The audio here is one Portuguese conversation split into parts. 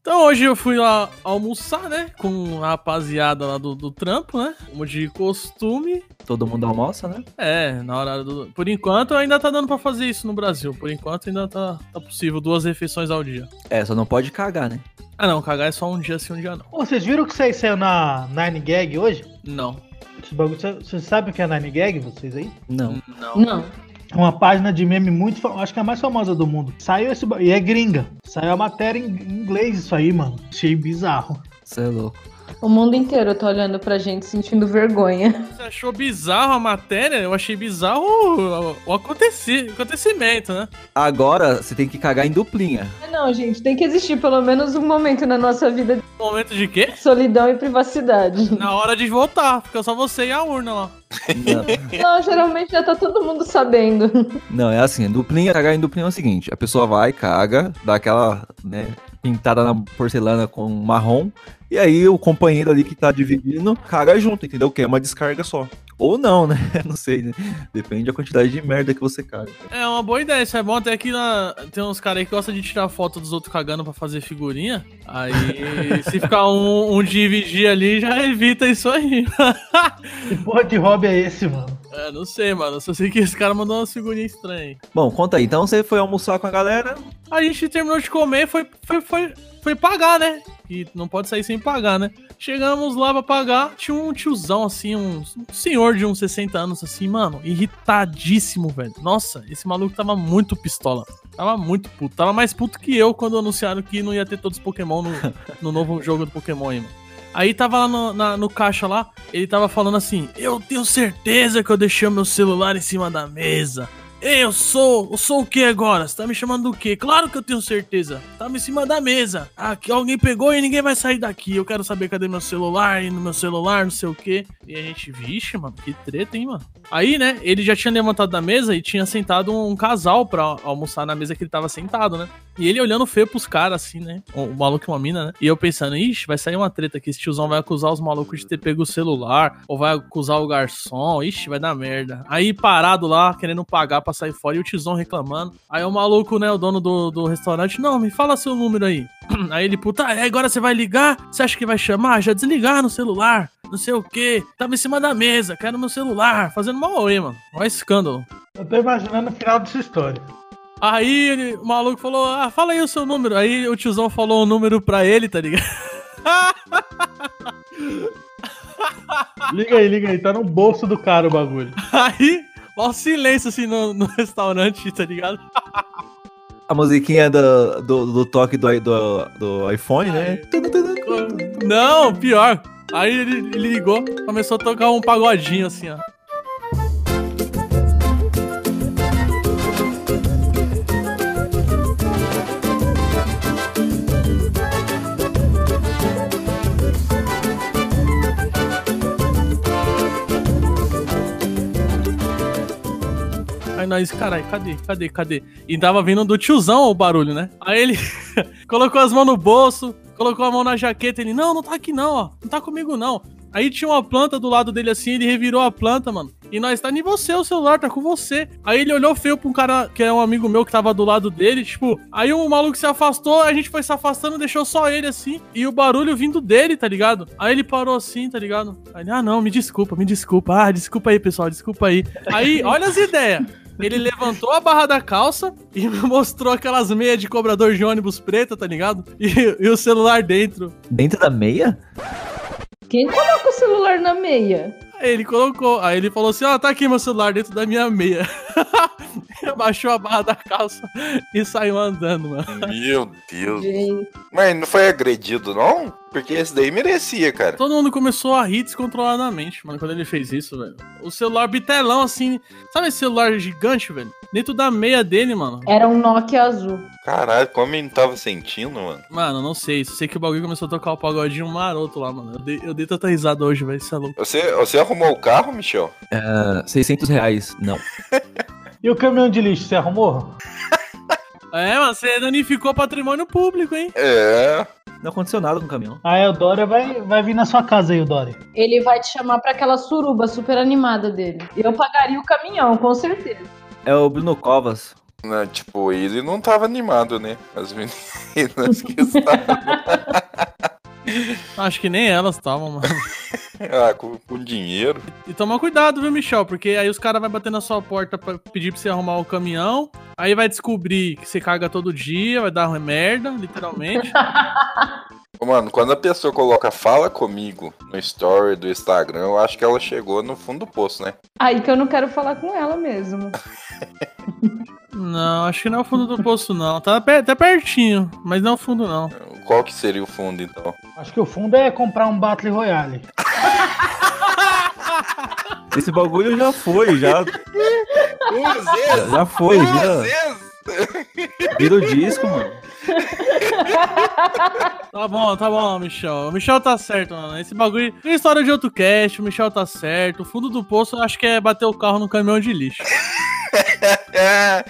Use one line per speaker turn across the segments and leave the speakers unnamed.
Então, hoje eu fui lá almoçar, né? Com a rapaziada lá do, do trampo, né? Como de costume.
Todo mundo almoça, né?
É, na hora do. Por enquanto ainda tá dando pra fazer isso no Brasil. Por enquanto ainda tá, tá possível duas refeições ao dia.
É, só não pode cagar, né?
Ah não, cagar é só um dia sim, um dia não.
Ô, vocês viram que vocês saiu na Nine Gag hoje?
Não.
Esse bagulho, vocês- vocês sabem o que é Nine Gag, vocês aí?
Não.
Não.
Não.
É uma página de meme muito, fa- acho que é a mais famosa do mundo. Saiu esse ba- e é gringa. Saiu a matéria em em inglês isso aí, mano. Achei bizarro.
Você é louco.
O mundo inteiro tá olhando pra gente sentindo vergonha.
Você achou bizarro a matéria? Eu achei bizarro o, o aconteci- acontecimento, né?
Agora você tem que cagar em duplinha.
Não, gente, tem que existir pelo menos um momento na nossa vida de
Momento de quê?
solidão e privacidade.
Na hora de voltar, fica só você e a urna lá.
Não,
Não, geralmente já tá todo mundo sabendo.
não, é assim, duplinha, cagar em duplinha é o seguinte, a pessoa vai, caga, dá aquela, né, pintada na porcelana com marrom, e aí o companheiro ali que tá dividindo, caga junto, entendeu? Que é uma descarga só. Ou não, né? Não sei, né? Depende da quantidade de merda que você caga.
É uma boa ideia, isso é bom até que na- tem uns caras aí que gostam de tirar foto dos outros cagando pra fazer figurinha. Aí se ficar um, um dividir ali, já evita isso aí.
Que porra de hobby é esse, mano?
É, não sei, mano. Só sei que esse cara mandou uma figurinha estranha. aí.
Bom, conta aí, então você foi almoçar com a galera,
A gente terminou de comer, foi, foi, foi, foi pagar, né? E não pode sair sem pagar, né? Chegamos lá pra pagar, tinha um tiozão assim, um, um senhor de uns 60 anos assim, mano, irritadíssimo, velho. Nossa, esse maluco tava muito pistola. Tava muito puto. Tava mais puto que eu quando anunciaram que não ia ter todos os Pokémon no, no novo jogo do Pokémon aí, mano. Aí tava lá no, na- no caixa lá, ele tava falando assim: Eu tenho certeza que eu deixei o meu celular em cima da mesa. Ei, eu sou. Eu sou o que agora? Você tá me chamando do quê? Claro que eu tenho certeza. Tava em cima da mesa. Aqui alguém pegou e ninguém vai sair daqui. Eu quero saber cadê meu celular, e no meu celular, não sei o quê. E a gente, vixe, mano, que treta, hein, mano. Aí, né, ele já tinha levantado da mesa e tinha sentado um casal pra almoçar na mesa que ele tava sentado, né? E ele olhando feio pros caras, assim, né? O, o maluco e uma mina, né? E eu pensando, ixi, vai sair uma treta aqui. Esse tiozão vai acusar os malucos de ter pego o celular, ou vai acusar o garçom, ixi, vai dar merda. Aí parado lá, querendo pagar pra sair fora, e o tiozão reclamando. Aí o maluco, né, o dono do, do restaurante, não, me fala seu número aí. Aí ele, puta, aí agora você vai ligar? Você acha que vai chamar? Já desligar no celular, não sei o quê. Tava em cima da mesa, quero meu celular. Fazendo mal oi, mano. Olha escândalo.
Eu tô imaginando o final dessa história.
Aí ele- o maluco falou, ah, fala aí o seu número. Aí o tiozão falou o número pra ele, tá ligado?
Liga aí, liga aí. Tá no bolso do cara o bagulho.
Aí, ó o silêncio assim no, no restaurante, tá ligado?
a musiquinha do, do, do toque do, i- do, do iPhone, né?
Não, pior. Aí ele, ele ligou, começou a tocar um pagodinho assim, ó. Aí nós, caralho, cadê, cadê, cadê? E tava vindo do tiozão o barulho, né? Aí ele colocou as mãos no bolso, colocou a mão na jaqueta. Ele, não, não tá aqui não, ó. Não tá comigo não. Aí tinha uma planta do lado dele assim, ele revirou a planta, mano. E nós, tá nem você, o celular tá com você. Aí ele olhou feio pra um cara que é um amigo meu que tava do lado dele, tipo. Aí o maluco se afastou, a gente foi se afastando, deixou só ele assim. E o barulho vindo dele, tá ligado? Aí ele parou assim, tá ligado? Aí ele, ah não, me desculpa, me desculpa. Ah, desculpa aí, pessoal, desculpa aí. Aí, olha as ideias. Ele levantou a barra da calça e mostrou aquelas meias de cobrador de ônibus preta, tá ligado? E, e o celular dentro.
Dentro da meia?
Quem coloca Tá o celular na meia?
Aí ele colocou, aí ele falou assim: Ó, tá aqui meu celular dentro da minha meia. Abaixou a barra da calça e saiu andando, mano.
Meu Deus.
Gente,
Mas não foi agredido, não? Porque esse daí merecia, cara.
Todo mundo começou a rir descontroladamente, mano, quando ele fez isso, velho. O celular bitelão, assim. Sabe esse celular gigante, velho? Dentro da meia dele, mano.
era um Nokia azul.
Caralho, como ele não tava sentindo, mano.
Mano, não sei. Só sei que o bagulho começou a tocar o pagodinho maroto lá, mano. Eu dei, eu dei tanta risada hoje, velho. Isso é louco.
Você, você arrumou o carro, Michel?
Ah, 600 reais. Não.
E o caminhão de lixo, você arrumou?
É, mas você danificou patrimônio público, hein?
É.
Não aconteceu nada com o caminhão.
Ah, é, o Dória vai, vai vir na sua casa aí, o Dória.
Ele vai te chamar pra aquela suruba super animada dele. Eu pagaria o caminhão, com certeza.
É o Bruno Covas.
Né, tipo, ele não tava animado, né? As meninas que estavam
Acho que nem elas estavam, mano.
ah, com, com dinheiro.
E tomar cuidado, viu, Michel? Porque aí os caras vão bater na sua porta pra pedir pra você arrumar o caminhão. Aí vai descobrir que você caga todo dia, vai dar uma merda, literalmente.
Ô, Mano, quando a pessoa coloca fala comigo no story do Instagram, eu acho que ela chegou no fundo do poço, né?
Aí que eu não quero falar com ela mesmo.
não, acho que não é o fundo do poço, não. Tá pe- até pertinho, mas não é o fundo, não.
Qual que seria o fundo, então?
Acho que o fundo é comprar um Battle Royale.
Esse bagulho já foi, já,
Duas vezes!
já foi,
Duas
já.
vezes!
Vira o disco, mano.
Tá bom, tá bom, Michel. O Michel tá certo, mano. Esse bagulho. É história de outro cast, o Michel tá certo. O fundo do poço eu acho que é bater o carro no caminhão de lixo.
É,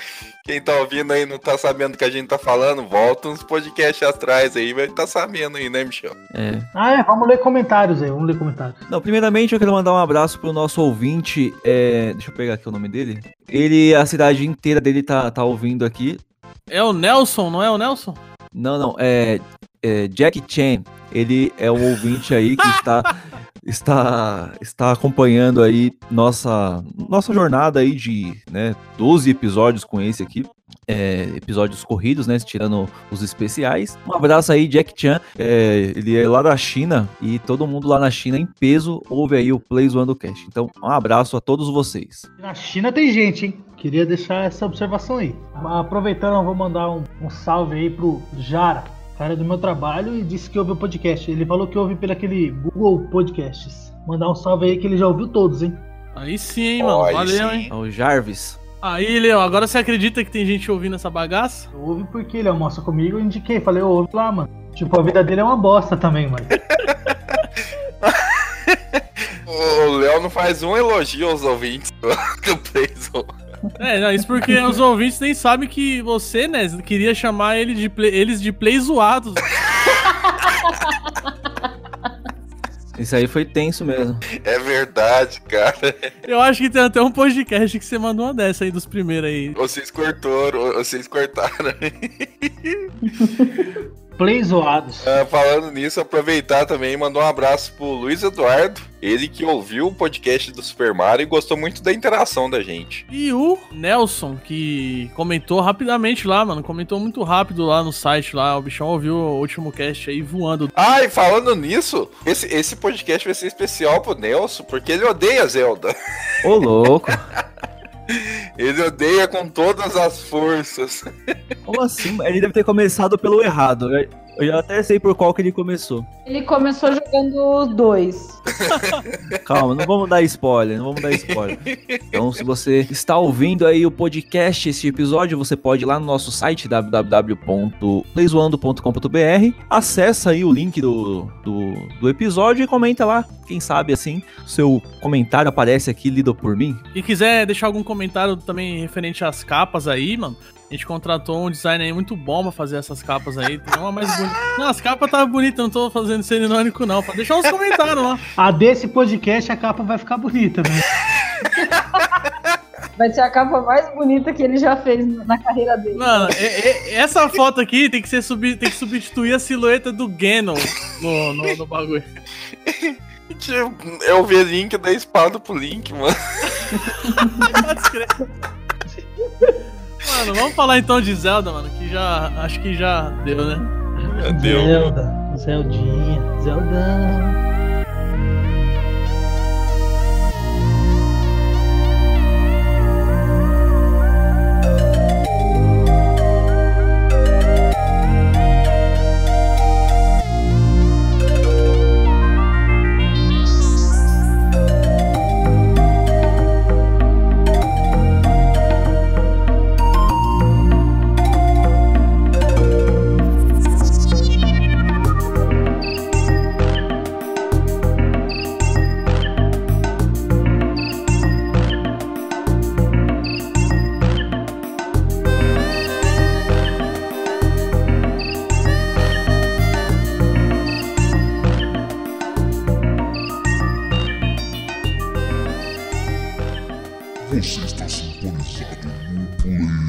Quem tá ouvindo aí não tá sabendo o que a gente tá falando, volta uns podcasts atrás aí, vai tá sabendo aí, né, Michel?
É.
Ah, é, vamos ler comentários aí, vamos ler comentários.
Não, primeiramente eu quero mandar um abraço pro nosso ouvinte. é, Deixa eu pegar aqui o nome dele. Ele, a cidade inteira dele tá, tá ouvindo aqui.
É o Nelson, não é o Nelson?
Não, não, é, é Jack Chan. Ele é um ouvinte aí que está, está, está acompanhando aí nossa, nossa jornada aí de né, 12 episódios com esse aqui. É, episódios corridos, né? Tirando os especiais. Um abraço aí, Jack Chan. É, ele é lá da China e todo mundo lá na China, em peso, ouve aí o Play Zoando Cast. Então, um abraço a todos vocês.
Na China tem gente, hein? Queria deixar essa observação aí. Aproveitando, eu vou mandar um, um salve aí pro Jara, cara do meu trabalho, e disse que ouve o podcast. Ele falou que ouve pelo aquele Google Podcasts. Mandar um salve aí que ele já ouviu todos, hein?
Aí sim, hein, mano.
Ó, aí
Valeu,
sim.
hein?
É o Jarvis.
Aí, Leão, agora você acredita que tem gente ouvindo essa bagaça?
Ouve porque ele almoça comigo, eu indiquei, falei, "Ô, ouve lá, mano. Tipo, a vida dele é uma bosta também, mano.
O Léo não faz um elogio aos ouvintes do do Playzone.
É, não, isso porque os ouvintes nem sabem que você, né, queria chamar ele de play- eles de play zoados.
Isso aí foi tenso mesmo.
É verdade, cara.
Eu acho que tem até um podcast que você mandou uma dessa aí, dos primeiros aí.
Vocês cortaram, vocês cortaram.
Play zoados.
Ah, falando nisso, aproveitar também e mandar um abraço pro Luiz Eduardo, ele que ouviu o podcast do Super Mario e gostou muito da interação da gente.
E o Nelson, que comentou rapidamente lá, mano. Comentou muito rápido lá no site lá. O bichão ouviu o último cast aí voando.
Ah, e falando nisso, esse, esse podcast vai ser especial pro Nelson, porque ele odeia Zelda.
Ô, louco.
Ele odeia com todas as forças.
Como assim? Ele deve ter começado pelo errado. Eu eu já até sei por qual que ele começou.
Ele começou jogando os dois.
Calma, não vamos dar spoiler, não vamos dar spoiler. Então, se você está ouvindo aí o podcast, esse episódio, você pode ir lá no nosso site www.playzoando.com.br, acessa aí o link do, do, do episódio e comenta lá. Quem sabe assim, seu comentário aparece aqui lido por mim.
E quiser deixar algum comentário também referente às capas aí, mano. A gente contratou um designer aí muito bom pra fazer essas capas aí. Tem uma mais bonita. Não, as capas tá bonita, não tô fazendo ceninônico não. Pra deixar uns comentários lá.
A desse podcast a capa vai ficar bonita, né?
Vai ser a capa mais bonita que ele já fez na carreira dele.
Mano, e- e- essa foto aqui tem que, ser subi- tem que substituir a silhueta do Ganon no, no- no bagulho.
Tipo, Eu vi link da espada pro link, mano.
Pode crer. Mano, vamos falar então de Zelda, mano, que já. Acho que já deu, né?
Deu.
Zelda, Zeldinha, Zeldão.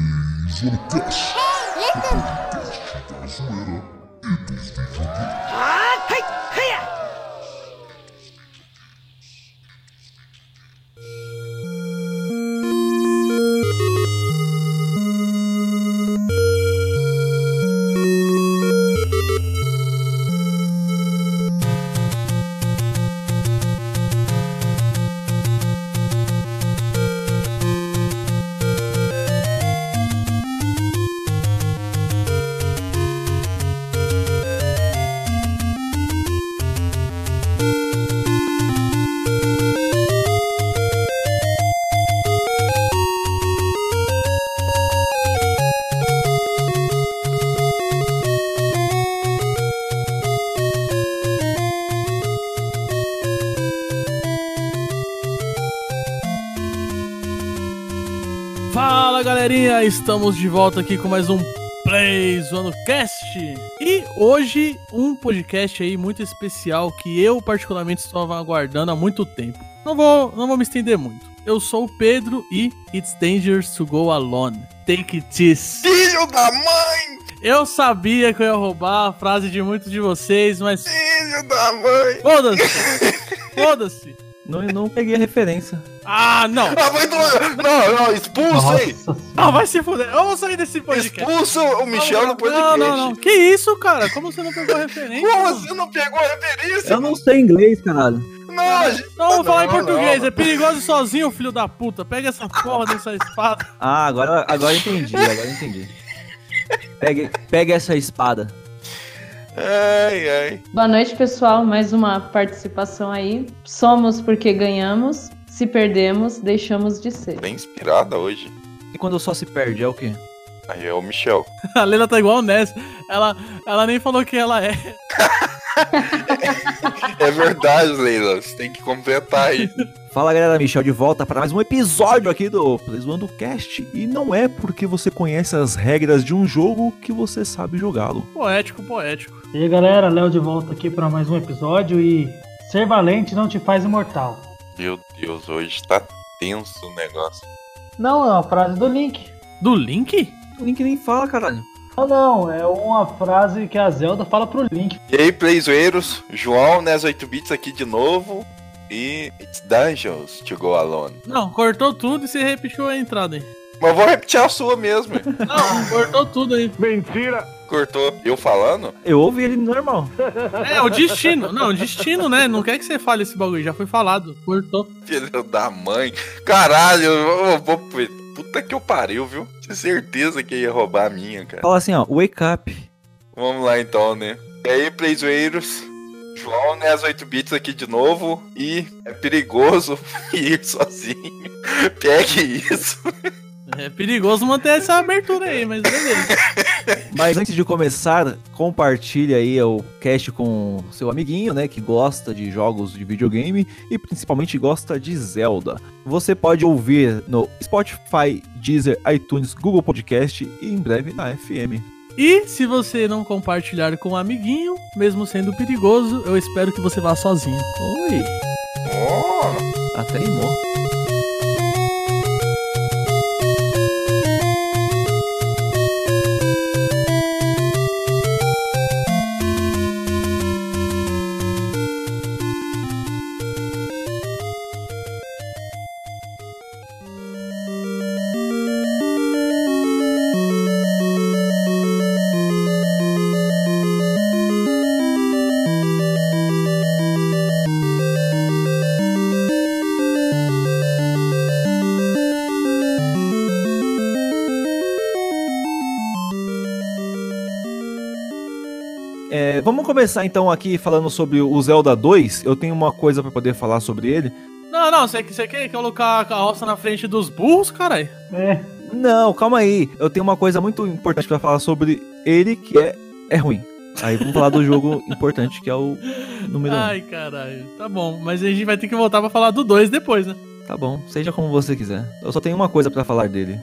videocasts. O podcast da zoeira e dos videogames.
Fala galerinha, estamos de volta aqui com mais um Play Zoando Cast. E hoje um podcast aí muito especial que eu particularmente estava aguardando há muito tempo. Não vou, não vou me estender muito. Eu sou o Pedro e It's Dangerous to Go Alone. Take this.
Filho da mãe!
Eu sabia que eu ia roubar a frase de muitos de vocês, mas
Filho da mãe!
foda-se. Foda-se.
Não, eu não peguei a referência.
Ah, não.
Ah, vai tomar- Não, não, expulsa, hein?
Nossa senhora.
Ah, vai se foder. Eu vou sair desse podcast.
Expulsa o Michel do podcast.
Não, não, não. Que isso, cara? Como você não pegou a referência?
Como assim? você não pegou a referência?
Eu não sei inglês, caralho.
Não, a gente...
Não, vou falar em
Não,
português.
não.
É perigoso sozinho, filho da puta. Pega essa porra dessa espada.
Ah, agora, agora entendi, agora entendi. Pegue, pegue essa espada.
Ai, ai.
Boa noite, pessoal. Mais uma participação aí. Somos porque ganhamos. Se perdemos, deixamos de ser.
Bem inspirada hoje.
E quando só se perde, é o quê?
Aí é o Michel.
A Leila tá igual o Ness. Ela, ela nem falou quem ela é.
É verdade, Leila. Você tem que completar aí.
Fala galera, Michel de volta para mais um episódio aqui do Playzoando Cast. E não é porque você conhece as regras de um jogo que você sabe jogá-lo.
Poético, poético.
E aí galera, Léo de volta aqui para mais um episódio e ser valente não te faz imortal.
Meu Deus, hoje tá tenso o negócio.
Não, é uma frase do Link.
Do Link?
O Link nem fala, caralho.
Não, não, é uma frase que a Zelda fala pro Link.
E aí, playzoeiros, João, né, 8 bits aqui de novo. E It's Dungeons to Go Alone.
Não, cortou tudo e você repetiu a entrada aí.
Mas vou repetir a sua mesmo.
Não, cortou tudo aí.
Cortou. Eu falando?
Eu ouvi ele normal.
É, o destino. Não, o destino, né? Não quer que você fale esse bagulho. Já foi falado. Cortou.
Filho da mãe. Caralho, eu vou. vou- Puta que eu pariu, viu? Tinha certeza que ia roubar a minha, cara.
Fala assim, ó, wake up.
Vamos lá então, né? E aí, playzoeiros? João, né, as 8 bits aqui de novo. E é perigoso ir sozinho. Pegue isso.
É perigoso manter essa abertura aí, mas beleza.
Mas antes de começar, compartilhe aí o cast com seu amiguinho, né, que gosta de jogos de videogame e principalmente gosta de Zelda. Você pode ouvir no Spotify, Deezer, iTunes, Google Podcast e em breve na FM.
E se você não compartilhar com um amiguinho, mesmo sendo perigoso, eu espero que você vá sozinho.
Oi,
Oh,
até rimou. É, vamos começar então aqui falando sobre o Zelda 2. Eu tenho uma coisa pra poder falar sobre ele.
Não, não, você, você quer colocar a carroça na frente dos burros, caralho?
É,
Não, calma aí. Eu tenho uma coisa muito importante pra falar sobre ele que é é ruim. Aí vamos falar do jogo importante que é o número 1.
Ai, caralho. Tá bom, mas a gente vai ter que voltar pra falar do 2 depois, né?
Tá bom, seja como você quiser. Eu só tenho uma coisa pra falar dele.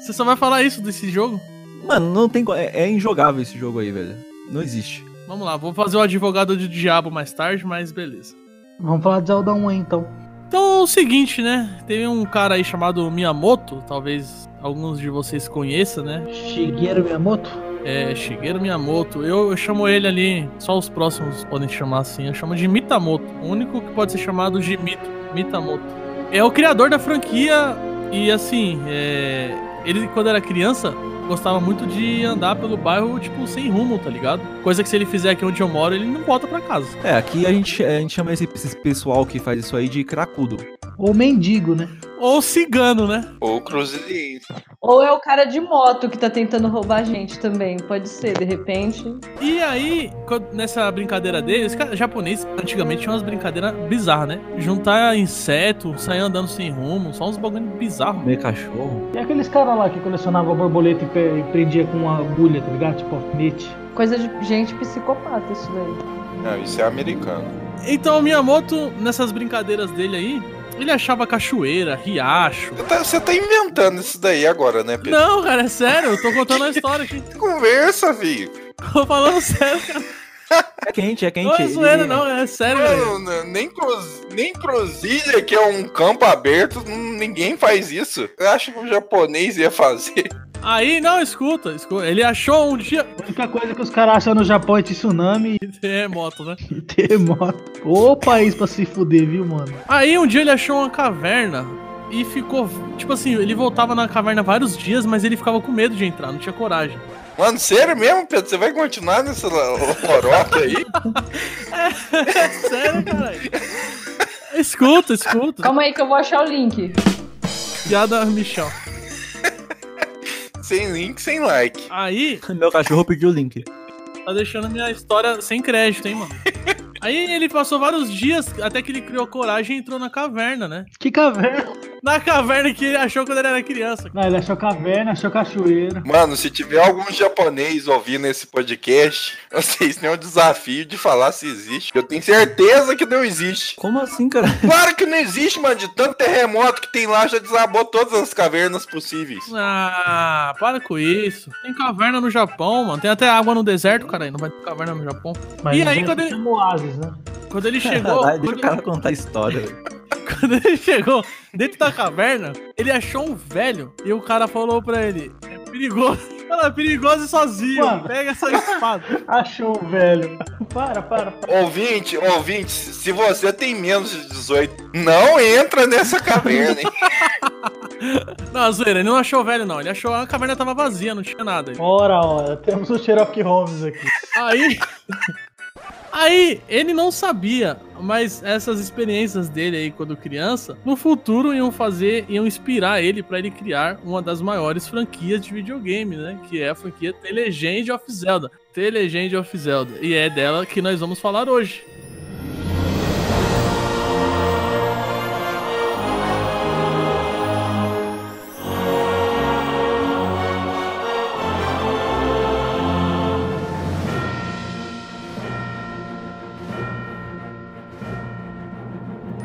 Você só vai falar isso desse jogo?
Mano, não tem co- é, é injogável esse jogo aí, velho. Não existe.
Vamos lá, vou fazer o advogado do diabo mais tarde, mas beleza.
vamos falar de Zelda 1 aí, então.
Então é o seguinte, né? Teve um cara aí chamado Miyamoto, talvez alguns de vocês conheçam, né?
Shigeru Miyamoto?
É, Shigeru Miyamoto. Eu, eu chamo ele ali, só os próximos podem chamar assim. Eu chamo de Mitamoto. O único que pode ser chamado de Mito, Mitamoto. É o criador da franquia e assim, é, ele quando era criança gostava muito de andar pelo bairro, tipo, sem rumo, tá ligado? Coisa que se ele fizer aqui onde eu moro, ele não volta pra casa.
É, aqui a gente, a gente chama esse, esse pessoal que faz isso aí de cracudo.
Ou mendigo, né?
Ou cigano, né?
Ou cruzeirinho.
Ou é o cara de moto que tá tentando roubar a gente também. Pode ser, de repente.
E aí, quando- nessa brincadeira deles, cara, japonês antigamente tinha umas brincadeiras bizarras, né? Juntar inseto, sair andando sem rumo, só uns bagulho bizarro.
Meio cachorro.
E aqueles caras lá que colecionavam borboleta e pe- e prendia com uma agulha, tá ligado? Tipo alfinete.
Coisa de gente psicopata isso daí.
Não, isso é americano.
Então o Miyamoto, nessas brincadeiras dele aí, ele achava cachoeira, riacho.
Você tá, você tá inventando isso daí agora, né, Pedro?
Não, cara, é sério, eu tô contando a história aqui.
Que Conversa, filho.
Tô falando sério,
É quente, é quente.
não é
Ele-
zoeira, não, é sério, velho.
Mano, n- nem, cruz, nem Cruzilha, que é um campo aberto, n- ninguém faz isso. Eu acho que o japonês ia fazer.
Aí, não, escuta, escuta. Ele achou um dia.
A única coisa que os caras acham no Japão é tsunami
Terremoto, né?
e terremoto. Ô país pra se fuder, viu, mano?
Aí um dia ele achou uma caverna e ficou. Tipo assim, ele voltava na caverna vários dias, mas ele ficava com medo de entrar, não tinha coragem.
Mano, sério mesmo, Pedro? Você vai continuar nessa lo- lorota aí?
É Sério, caralho. Escuta, escuta.
Calma aí que eu vou achar o link.
Piada Michel.
sem link, sem like.
Aí,
Meu cachorro pediu o link.
tá deixando minha história sem crédito, hein, mano. Aí ele passou vários dias até que ele criou coragem e entrou na caverna, né?
Que caverna.
Na caverna que ele achou quando ele era criança.
Não, ele achou caverna, achou cachoeira.
Mano, se tiver algum japonês ouvindo esse podcast, vocês têm um desafio de falar se existe. Eu tenho certeza que não existe.
Como assim, cara?
Claro que não existe, mano. De tanto terremoto que tem lá, já desabou todas as cavernas possíveis.
Ah, para com isso. Tem caverna no Japão, mano. Tem até água no deserto, cara. aí Não vai ter caverna no Japão. E aí,
né,
quando ele-
chama Oásis, né?
Quando ele chegou.
Caralho, deixa
quando,
o cara contar a história. velho.
quando ele chegou dentro da caverna, ele achou um velho e o cara falou pra ele: é perigoso. Fala, é perigoso e sozinho.
Mano.
Pega essa espada.
Achou, velho. Para, para, para.
Ouvinte, ouvinte, se você tem menos de 18, não entra nessa caverna, hein?
Não, zoeira, ele não achou o velho, não. Ele achou a caverna tava vazia, não tinha nada.
Ora, ora, temos o Sherlock Holmes aqui.
Aí. Aí, ele não sabia, mas essas experiências dele aí quando criança, no futuro iam fazer, iam inspirar ele pra ele criar uma das maiores franquias de videogame, né? Que é a franquia The Legend of Zelda. The Legend of Zelda. E é dela que nós vamos falar hoje.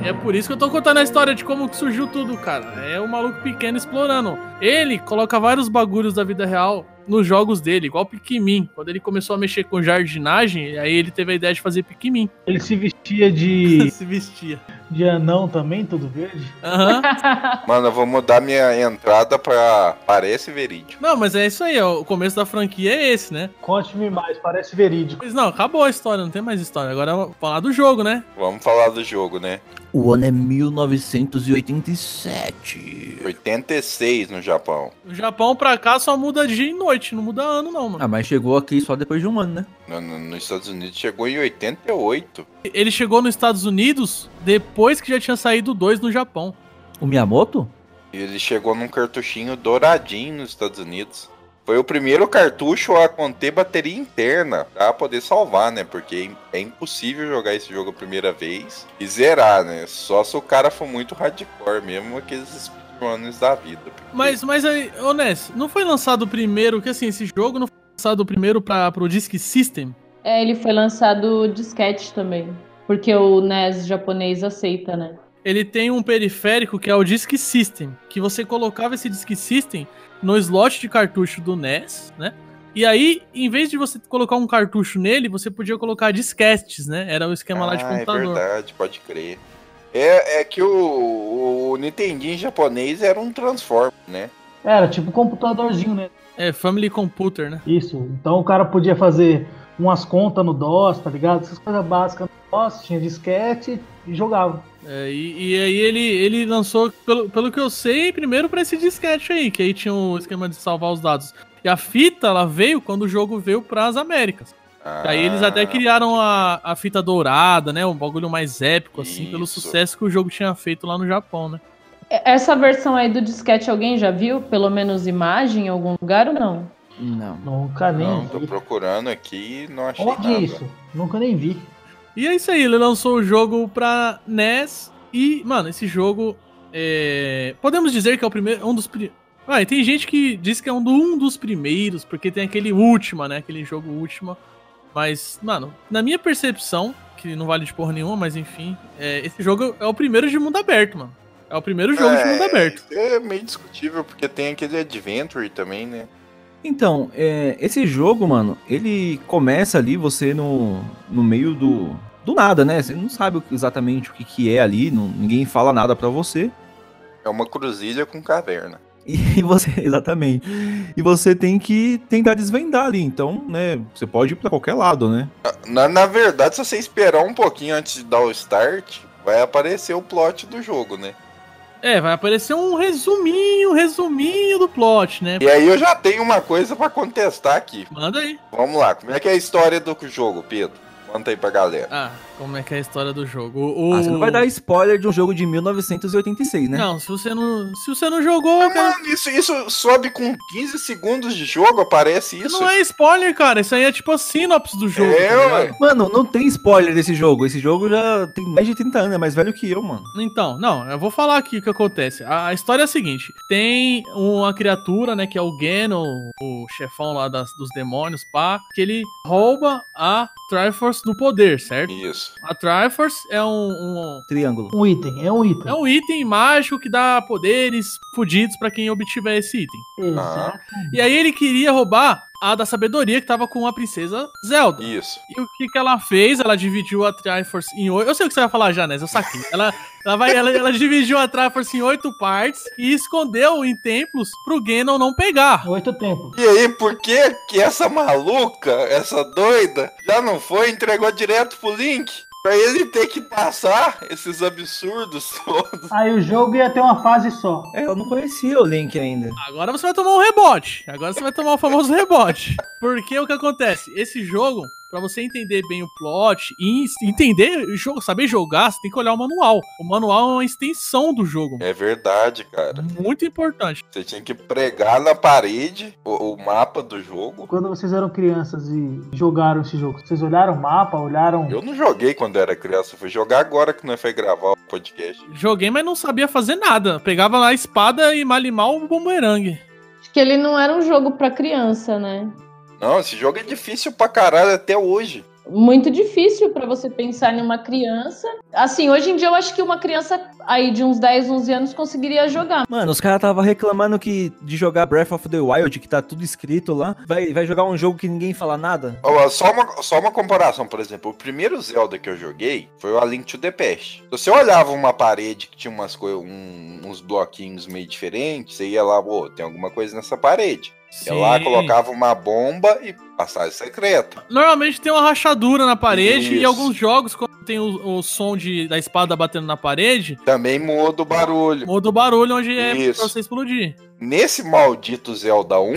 É por isso que eu tô contando a história de como que surgiu tudo, cara. É o maluco pequeno explorando. Ele coloca vários bagulhos da vida real nos jogos dele, igual Pikmin. Quando ele começou a mexer com jardinagem, aí ele teve a ideia de fazer Pikmin.
Ele se vestia de,
Se vestia.
de anão também, todo verde.
Aham.
Mano, eu vou mudar minha entrada pra parece verídico.
Não, mas é isso aí, ó. o começo da franquia é esse, né?
Conte-me mais, parece verídico.
Mas não, acabou a história, não tem mais história. Agora é falar do jogo, né?
Vamos falar do jogo, né?
O ano é 1987.
86 no Japão.
O Japão pra cá só muda dia e noite, não muda ano não, mano.
Ah, mas chegou aqui só depois de um ano, né?
No- no- nos Estados Unidos chegou em 88.
Ele chegou nos Estados Unidos depois que já tinha saído o 2 no Japão.
O Miyamoto?
E ele chegou num cartuchinho douradinho nos Estados Unidos. Foi o primeiro cartucho a conter bateria interna pra poder salvar, né? Porque é impossível jogar esse jogo a primeira vez e zerar, né? Só se o cara for muito hardcore mesmo, aqueles speedrunners da vida. porque-
Mas, mas aí, ô Ness, não foi lançado o primeiro, que assim, esse jogo não foi lançado primeiro pra, pro Disk System?
É, ele foi lançado disquete também. Porque o NES japonês aceita, né?
Ele tem um periférico que é o Disk System, que você colocava esse Disk System no slot de cartucho do NES, né? E aí, em vez de você colocar um cartucho nele, você podia colocar disquetes, né? Era o esquema lá de
Ah, É
computador.
verdade, pode crer. É, é que o, o Nintendinho japonês era um Transformer, né?
Era tipo computadorzinho, né?
É Family Computer, né?
Isso. Então o cara podia fazer umas contas no DOS, tá ligado? Essas coisas básicas no DOS, tinha disquete e jogava.
É, e, e aí ele, ele lançou, pelo, pelo que eu sei, primeiro pra esse disquete aí, que aí tinha o esquema de salvar os dados. E a fita, ela veio quando o jogo veio pras Américas.
Ah,
E Aí eles até criaram a, a fita dourada, né? Um bagulho mais épico, assim, pelo
Isso.
sucesso que o jogo tinha feito lá no Japão, né?
É, Essa versão aí do disquete alguém já viu? Pelo menos imagem em algum lugar ou não?
Não.
Nunca nem
né?
Não, tô
vi.
procurando aqui e não achei
Olha que
nada.
isso. Nunca nem vi.
E é isso aí, ele lançou o jogo pra NES e, mano, esse jogo é... Podemos dizer que é o primeiro, um dos... pri- Ah, e tem gente que diz que é um, do- um dos primeiros, porque tem aquele Última, né? Aquele jogo Última. Mas, mano, na minha percepção, que não vale de porra nenhuma, mas enfim, é, esse jogo é o primeiro de mundo aberto, mano. É o primeiro jogo de
É,
mundo aberto.
É meio discutível, porque tem aquele Adventure também, né?
Então, é, esse jogo, mano, ele começa ali, você no, no meio do, do nada, né? Você não sabe o que- exatamente o que, que é ali, não- ninguém fala nada pra você.
É uma cruzilha com caverna.
E você, exatamente. E você tem que tentar desvendar ali. Então, né, você pode ir pra qualquer lado, né?
Na, na verdade, se você esperar um pouquinho antes de dar o start, vai aparecer o plot do jogo, né?
É, vai aparecer um resuminho, resuminho do plot, né?
E aí eu já tenho uma coisa pra contestar aqui.
Manda aí.
Vamos lá, como é que é a história do jogo, Pedro? Conta aí pra galera.
Ah, como é que é a história do jogo? O, o-
Ah, você não vai dar spoiler de um jogo de 1986, né?
Não, se você não, se você não jogou, cara,
Mano, isso, isso sobe com 15 segundos de jogo, aparece isso?
não é spoiler, cara. Isso aí é tipo a sinopse do jogo. tá
É,
ligado?
ué.
Mano, não tem spoiler desse jogo. Esse jogo já tem mais de 30 anos, é mais velho que eu, mano.
Então, não, eu vou falar aqui o que acontece. A, a história é a seguinte: tem uma criatura, né, que é o Ganon, o chefão lá das- dos demônios, pá, que ele rouba a Triforce do poder, certo?
Isso.
A Triforce é um- um,
Triângulo.
Um item, é um item.
É um item mágico que dá poderes fudidos pra quem obtiver esse item.
Exato.
E aí ele queria roubar a da sabedoria que tava com a princesa Zelda.
Isso.
E o que que ela fez? Ela dividiu a Triforce em oito. Eu sei o que você vai falar já, Ness, eu saquei. Ela, ela, vai, ela, ela dividiu a Triforce em oito partes e escondeu em templos pro Ganon não
Ah.
pegar.
Oito tempos.
E aí, por que que essa maluca, essa doida, já não foi e entregou direto pro Link? Pra ele ter que passar esses absurdos todos.
Aí o jogo ia ter uma fase só.
É, eu não conhecia o Link ainda.
Agora você vai tomar um rebote. Agora você vai tomar o famoso rebote. Porque o que acontece? Esse jogo, pra você entender bem o plot e en- entender o jogo, saber jogar, você tem que olhar o manual. O manual é uma extensão do jogo.
É verdade, cara.
Muito importante.
Você tinha que pregar na parede o, o mapa do jogo.
Quando vocês eram crianças e jogaram esse jogo, vocês olharam o mapa, olharam.
Eu não joguei quando era criança, eu fui jogar agora que não foi gravar o podcast.
Joguei, mas não sabia fazer nada. Pegava lá a espada e malimar o bumerangue.
Acho que ele não era um jogo pra criança, né?
Não, esse jogo é difícil pra caralho até hoje.
Muito difícil pra você pensar em uma criança. Assim, hoje em dia eu acho que uma criança aí de uns 10, 11 anos conseguiria jogar.
Mano, os caras tava reclamando que de jogar Breath of the Wild, que tá tudo escrito lá, vai, vai jogar um jogo que ninguém fala nada?
Ó, Só uma, só uma comparação, por exemplo, o primeiro Zelda que eu joguei foi o A Link to the Past. Se você olhava uma parede que tinha umas coi- um- uns bloquinhos meio diferentes, você ia lá, pô, tem alguma coisa nessa parede. Ia lá, colocava uma bomba e passagem secreta.
Normalmente tem uma rachadura na parede e
Isso.
alguns jogos, quando tem o, o som de, da espada batendo na parede,
Também muda o barulho.
muda o barulho onde é
Isso.
pra você explodir.
Nesse maldito Zelda 1,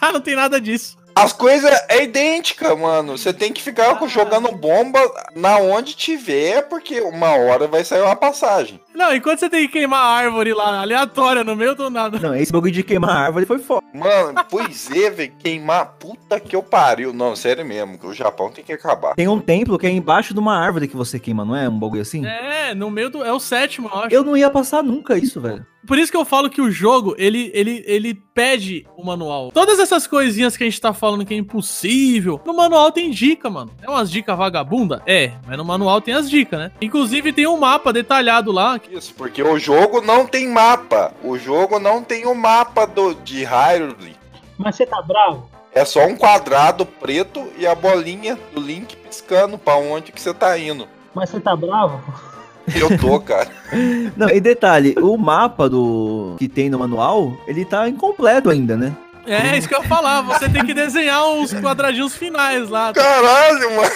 Ah, não tem nada disso.
As coisas é idêntica, mano. Você tem que ficar
Ah.
jogando bomba na onde tiver, porque uma hora vai sair uma passagem.
Não, enquanto você tem que queimar a árvore lá, aleatória, no meio do nada.
Não, esse bagulho de queimar a árvore foi foda.
Mano, pois é, velho. Queimar, puta que eu pariu. Não, sério mesmo, que o Japão tem que acabar.
Tem um templo que é embaixo de uma árvore que você queima, não é? Um bagulho
Hum.
assim?
É, no meio do. É o sétimo, eu acho.
Eu não ia passar nunca isso, velho.
Por isso que eu falo que o jogo, ele, ele, ele pede o manual. Todas essas coisinhas que a gente tá falando que é impossível, no manual tem dica, mano. É umas dicas vagabunda? É, mas no manual tem as dicas, né? Inclusive tem um mapa detalhado lá.
Isso, porque o jogo não tem mapa. O jogo não tem o mapa do, de Hyrule.
Mas você tá bravo?
É só um quadrado preto e a bolinha do Link piscando pra onde que você tá indo.
Mas você tá bravo?
Eu tô, cara.
Não, e detalhe, o mapa do que tem no manual, ele tá incompleto ainda, né?
É, isso que eu ia falar. Você tem que desenhar os quadradinhos finais lá.
Caralho, mano.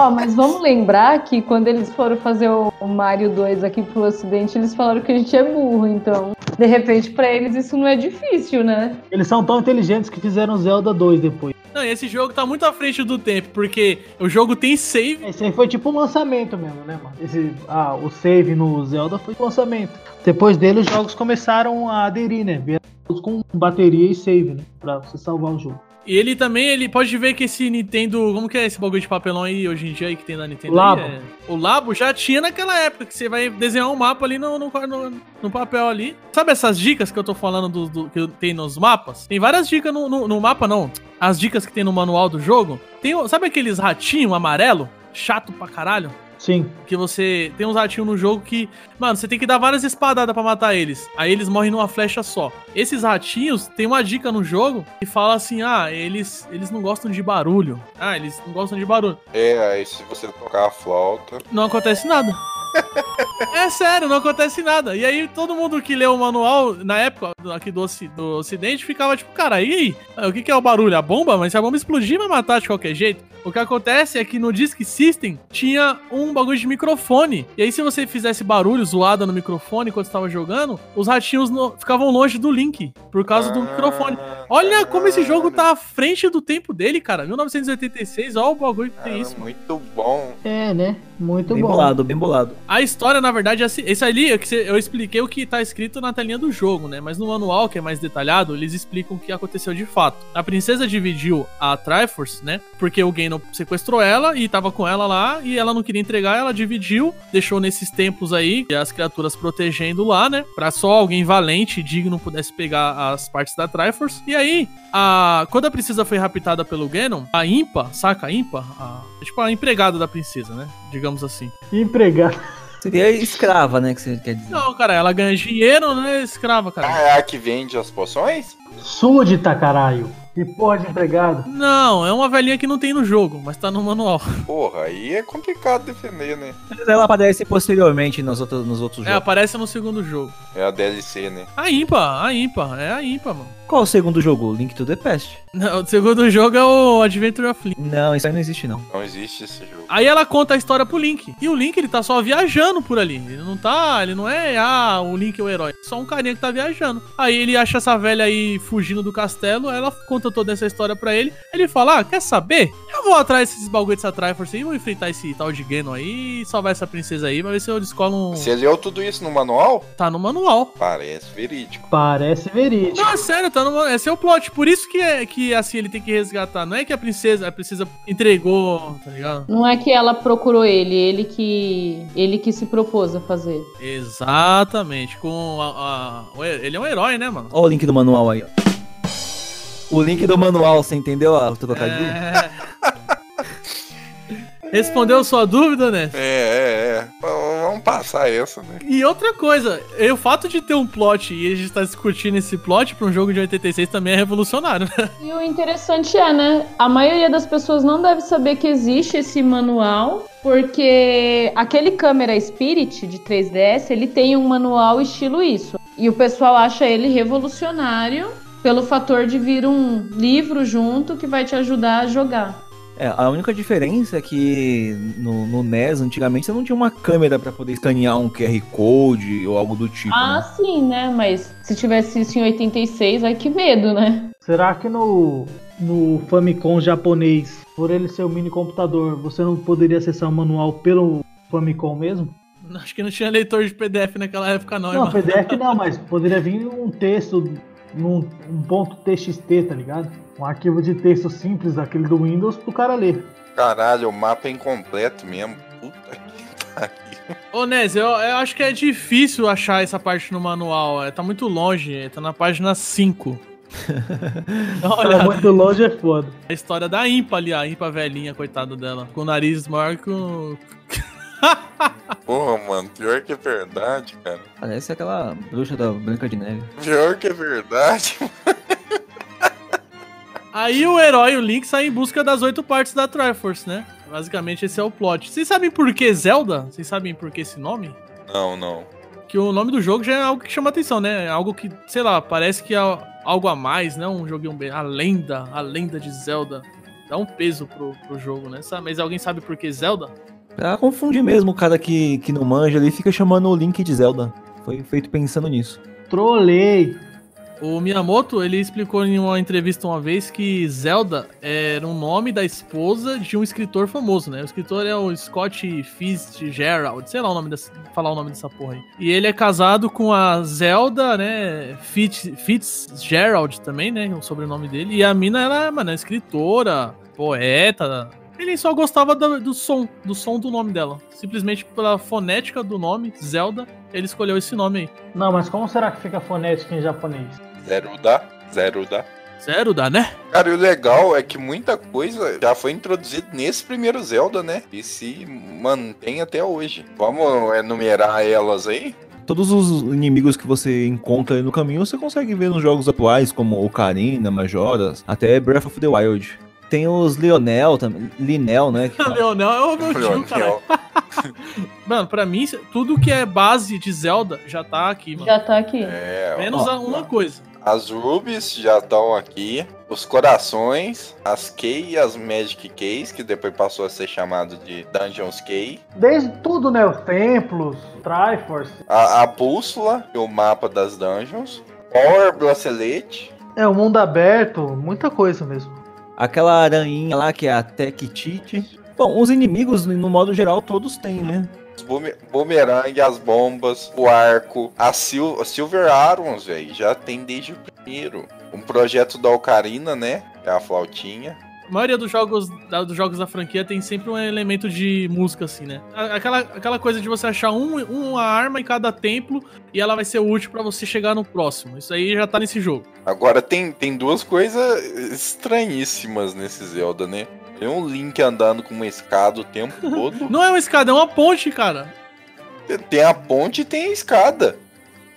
Ó, mas vamos lembrar que quando eles foram fazer o o Mario 2 aqui pro ocidente, eles falaram que a gente é burro, então. De repente, pra eles isso não é difícil, né?
Eles são tão inteligentes que fizeram Zelda 2 depois.
Não, e esse jogo tá muito à frente do tempo, porque o jogo tem save.
Esse aí foi tipo um lançamento mesmo, né, mano? Esse, ah, o save no Zelda foi um lançamento. Depois dele, os jogos começaram a aderir, né? Vieram todos com bateria e save, né? Pra você salvar o jogo.
E ele também, ele pode ver que esse Nintendo. Como que é esse bagulho de papelão aí hoje em dia aí que tem na Nintendo?
Labo.
aí? É, o Labo já tinha naquela época, que você vai desenhar um mapa ali no, no, no- no papel ali. Sabe essas dicas que eu tô falando do, do- que tem nos mapas? Tem várias dicas no, no- no mapa, não. As dicas que tem no manual do jogo. Tem, o- sabe aqueles ratinho amarelo? Chato pra caralho?
Sim.
Que você. Tem uns ratinhos no jogo que. Mano, você tem que dar várias espadadas pra matar eles. Aí eles morrem numa flecha só. Esses ratinhos, tem uma dica no jogo que fala assim: ah, eles, eles não gostam de barulho. Ah, eles não gostam de barulho.
É, aí se você tocar a flauta.
Não acontece nada. É sério, não acontece nada. E aí todo mundo que leu o manual, na época, aqui do, oci- do ocidente, ficava tipo, cara, e aí? Ah, O que, que é o barulho? A bomba? Mas se a bomba explodir, vai matar de qualquer jeito. O que acontece é que no Disk System tinha um bagulho de microfone. E aí se você fizesse barulho, zoada no microfone quando estava jogando, os ratinhos no- ficavam longe do Link, por causa do microfone.
Ah,
Olha como esse jogo
caralho.
tá à frente do tempo dele, cara. 1986, olha o bagulho que tem
Cara,
isso.
Muito bom.
É, né? Muito
bem
bom.
bolado, bem bolado.
A história, na verdade, é assim. Esse ali é que cê- eu expliquei o que tá escrito na telinha do jogo, né? Mas no manual, que é mais detalhado, eles explicam o que aconteceu de fato. A princesa dividiu a Triforce, né? Porque o Ganon sequestrou ela e tava com ela lá e ela não queria entregar, ela dividiu, deixou nesses templos aí, e as criaturas protegendo lá, né? Pra só alguém valente e digno pudesse pegar as partes da Triforce. E aí, a- quando a princesa foi raptada pelo Ganon, a Impa, saca a Impa? A- tipo a empregada da princesa, né? Digamos assim.
Empregado.
Seria escrava, né? Que você quer dizer.
Não, cara, ela ganha dinheiro, né? Escrava, cara.
Ah, é a que vende as poções?
Súdita, caralho. Que porra de empregado.
Não, é uma velhinha que não tem no jogo, mas tá no manual.
Porra, aí é complicado defender, né?
Mas ela aparece posteriormente nos outros, nos outros
É,
jogos.
aparece no segundo jogo.
É a DLC, né?
A ímpar, a ímpar, é a ímpar, mano.
Qual o segundo jogo? Link to the Past.
Não, o segundo jogo é o Adventure of Link.
Não, isso aí não existe, não.
Não existe esse jogo.
Aí ela conta a história pro Link. E o Link, ele tá só viajando por ali. Ele não tá, ele não é, ah, o Link é o herói. Só um carinha que tá viajando. Aí ele acha essa velha aí fugindo do castelo, ela conta toda essa história pra ele. Ele fala, ah, quer saber? Eu vou atrás desses bagulho dessa Triforce aí, vou enfrentar esse tal de Ganon aí e salvar essa princesa aí, pra ver se eu descolo um...
Você leu tudo isso no manual?
Tá no manual.
Parece verídico.
Parece verídico.
Não, é sério, tá no, esse é o plot. Por isso que, é, que assim, ele tem que resgatar. Não é que a princesa, a princesa entregou, tá ligado?
Não é que ela procurou ele, ele que ele que se propôs a fazer.
Exatamente. Com a, a- o he- ele é um herói, né, mano?
Olha o link do manual aí, ó. O link do manual, você entendeu a o trocadilho?
É. Respondeu sua dúvida, né?
É, é, é. V- Vamos passar essa, né?
E outra coisa, e o fato de ter um plot e a gente tá discutindo esse plot pra um jogo de 86 também é revolucionário, né?
E o interessante é, né? A maioria das pessoas não deve saber que existe esse manual, porque aquele câmera Spirit de 3DS, ele tem um manual estilo isso. E o pessoal acha ele revolucionário pelo fator de vir um livro junto que vai te ajudar a jogar.
É, a única diferença é que no, no NES, antigamente, você não tinha uma câmera pra poder escanear um QR Code ou algo do tipo.
Ah,
né?
sim, né? Mas se tivesse isso em 86, ai que medo, né?
Será que no, no Famicom japonês, por ele ser um mini computador, você não poderia acessar o manual pelo Famicom mesmo?
Acho que não tinha leitor de PDF naquela época, não, hein,
Não,
mano?
PDF não, mas poderia vir um texto, num, um ponto TXT, tá ligado? Um arquivo de texto simples daquele do Windows pro cara ler.
Caralho, o mapa é incompleto mesmo. Puta que pariu.
Ô, Nes, eu, eu acho que é difícil achar essa parte no manual. é, Tá muito longe, é, tá na página 5. Dá uma
Olha,
olhada.
muito longe é foda.
a história da Impa ali, a Impa velhinha, coitada dela. Com o nariz maior que o.
Porra, mano, pior que é verdade, cara.
Parece aquela bruxa da Branca de Neve.
Pior que é verdade.
Aí o herói, o Link, sai em busca das oito partes da Triforce, né? Basicamente esse é o plot. Vocês sabem por que Zelda? Vocês sabem por que esse nome?
Não, não.
Que o nome do jogo já é algo que chama atenção, né? É Algo que, sei lá, parece que é algo a mais, né? Um joguinho bem... A lenda, a lenda de Zelda. Dá um peso pro, pro jogo, né? Sa- Mas alguém sabe por que Zelda?
Pra confundir mesmo o cara que, que não manja ali, fica chamando o Link de Zelda. Foi feito pensando nisso.
Trolei.
O Miyamoto, ele explicou em uma entrevista uma vez que Zelda era um nome da esposa de um escritor famoso, né? O escritor é o Scott Fitzgerald, sei lá o nome dessa, falar o nome dessa porra aí. E ele é casado com a Zelda, né, Fitz, Fitzgerald também, né, o sobrenome dele. E a mina era, mano, é escritora, poeta. Ele só gostava do, do som, do som do nome dela. Simplesmente pela fonética do nome, Zelda, ele escolheu esse nome aí.
Não, mas como será que fica fonética em japonês?
Zero dá, zero dá.
Zero dá, né?
Cara, e o legal é que muita coisa já foi introduzida nesse primeiro Zelda, né? E se mantém até hoje. Vamos enumerar elas aí?
Todos os inimigos que você encontra aí no caminho, você consegue ver nos jogos atuais, como Ocarina, Majoras, até Breath of the Wild. Tem os Lionel também, Linel, né? que fala-
Leonel é o meu tio, cara.
Leonel.
Mano, pra mim, tudo que é base de Zelda já tá aqui, mano.
Já tá aqui.
É,
Menos
ó,
a- uma coisa.
As rubies já estão aqui. Os corações, as Key e as Magic Keys, que depois passou a ser chamado de Dungeons Key.
Desde tudo, né? Os templos, Triforce.
A, a bússola e o mapa das dungeons. Power Bracelet.
É, o mundo aberto, muita coisa mesmo.
Aquela aranhinha lá que é a Tech-Tit. Bom, os inimigos, no modo geral, todos têm, né?
Os bume- boomerang, as bombas, o arco, a, Sil a Silver Arrows, velho, já tem desde o primeiro. Um projeto da Ocarina, né? É a flautinha.
A maioria dos jogos, da, dos jogos da franquia tem sempre um elemento de música, assim, né? A- Aquela, aquela coisa de você achar um, uma arma em cada templo e ela vai ser útil pra você chegar no próximo. Isso aí já tá nesse jogo.
Agora tem, tem duas coisas estranhíssimas nesse Zelda, né? Tem um Link andando com uma escada o tempo todo.
Não é uma escada, é uma ponte, cara.
tem a ponte e tem a escada.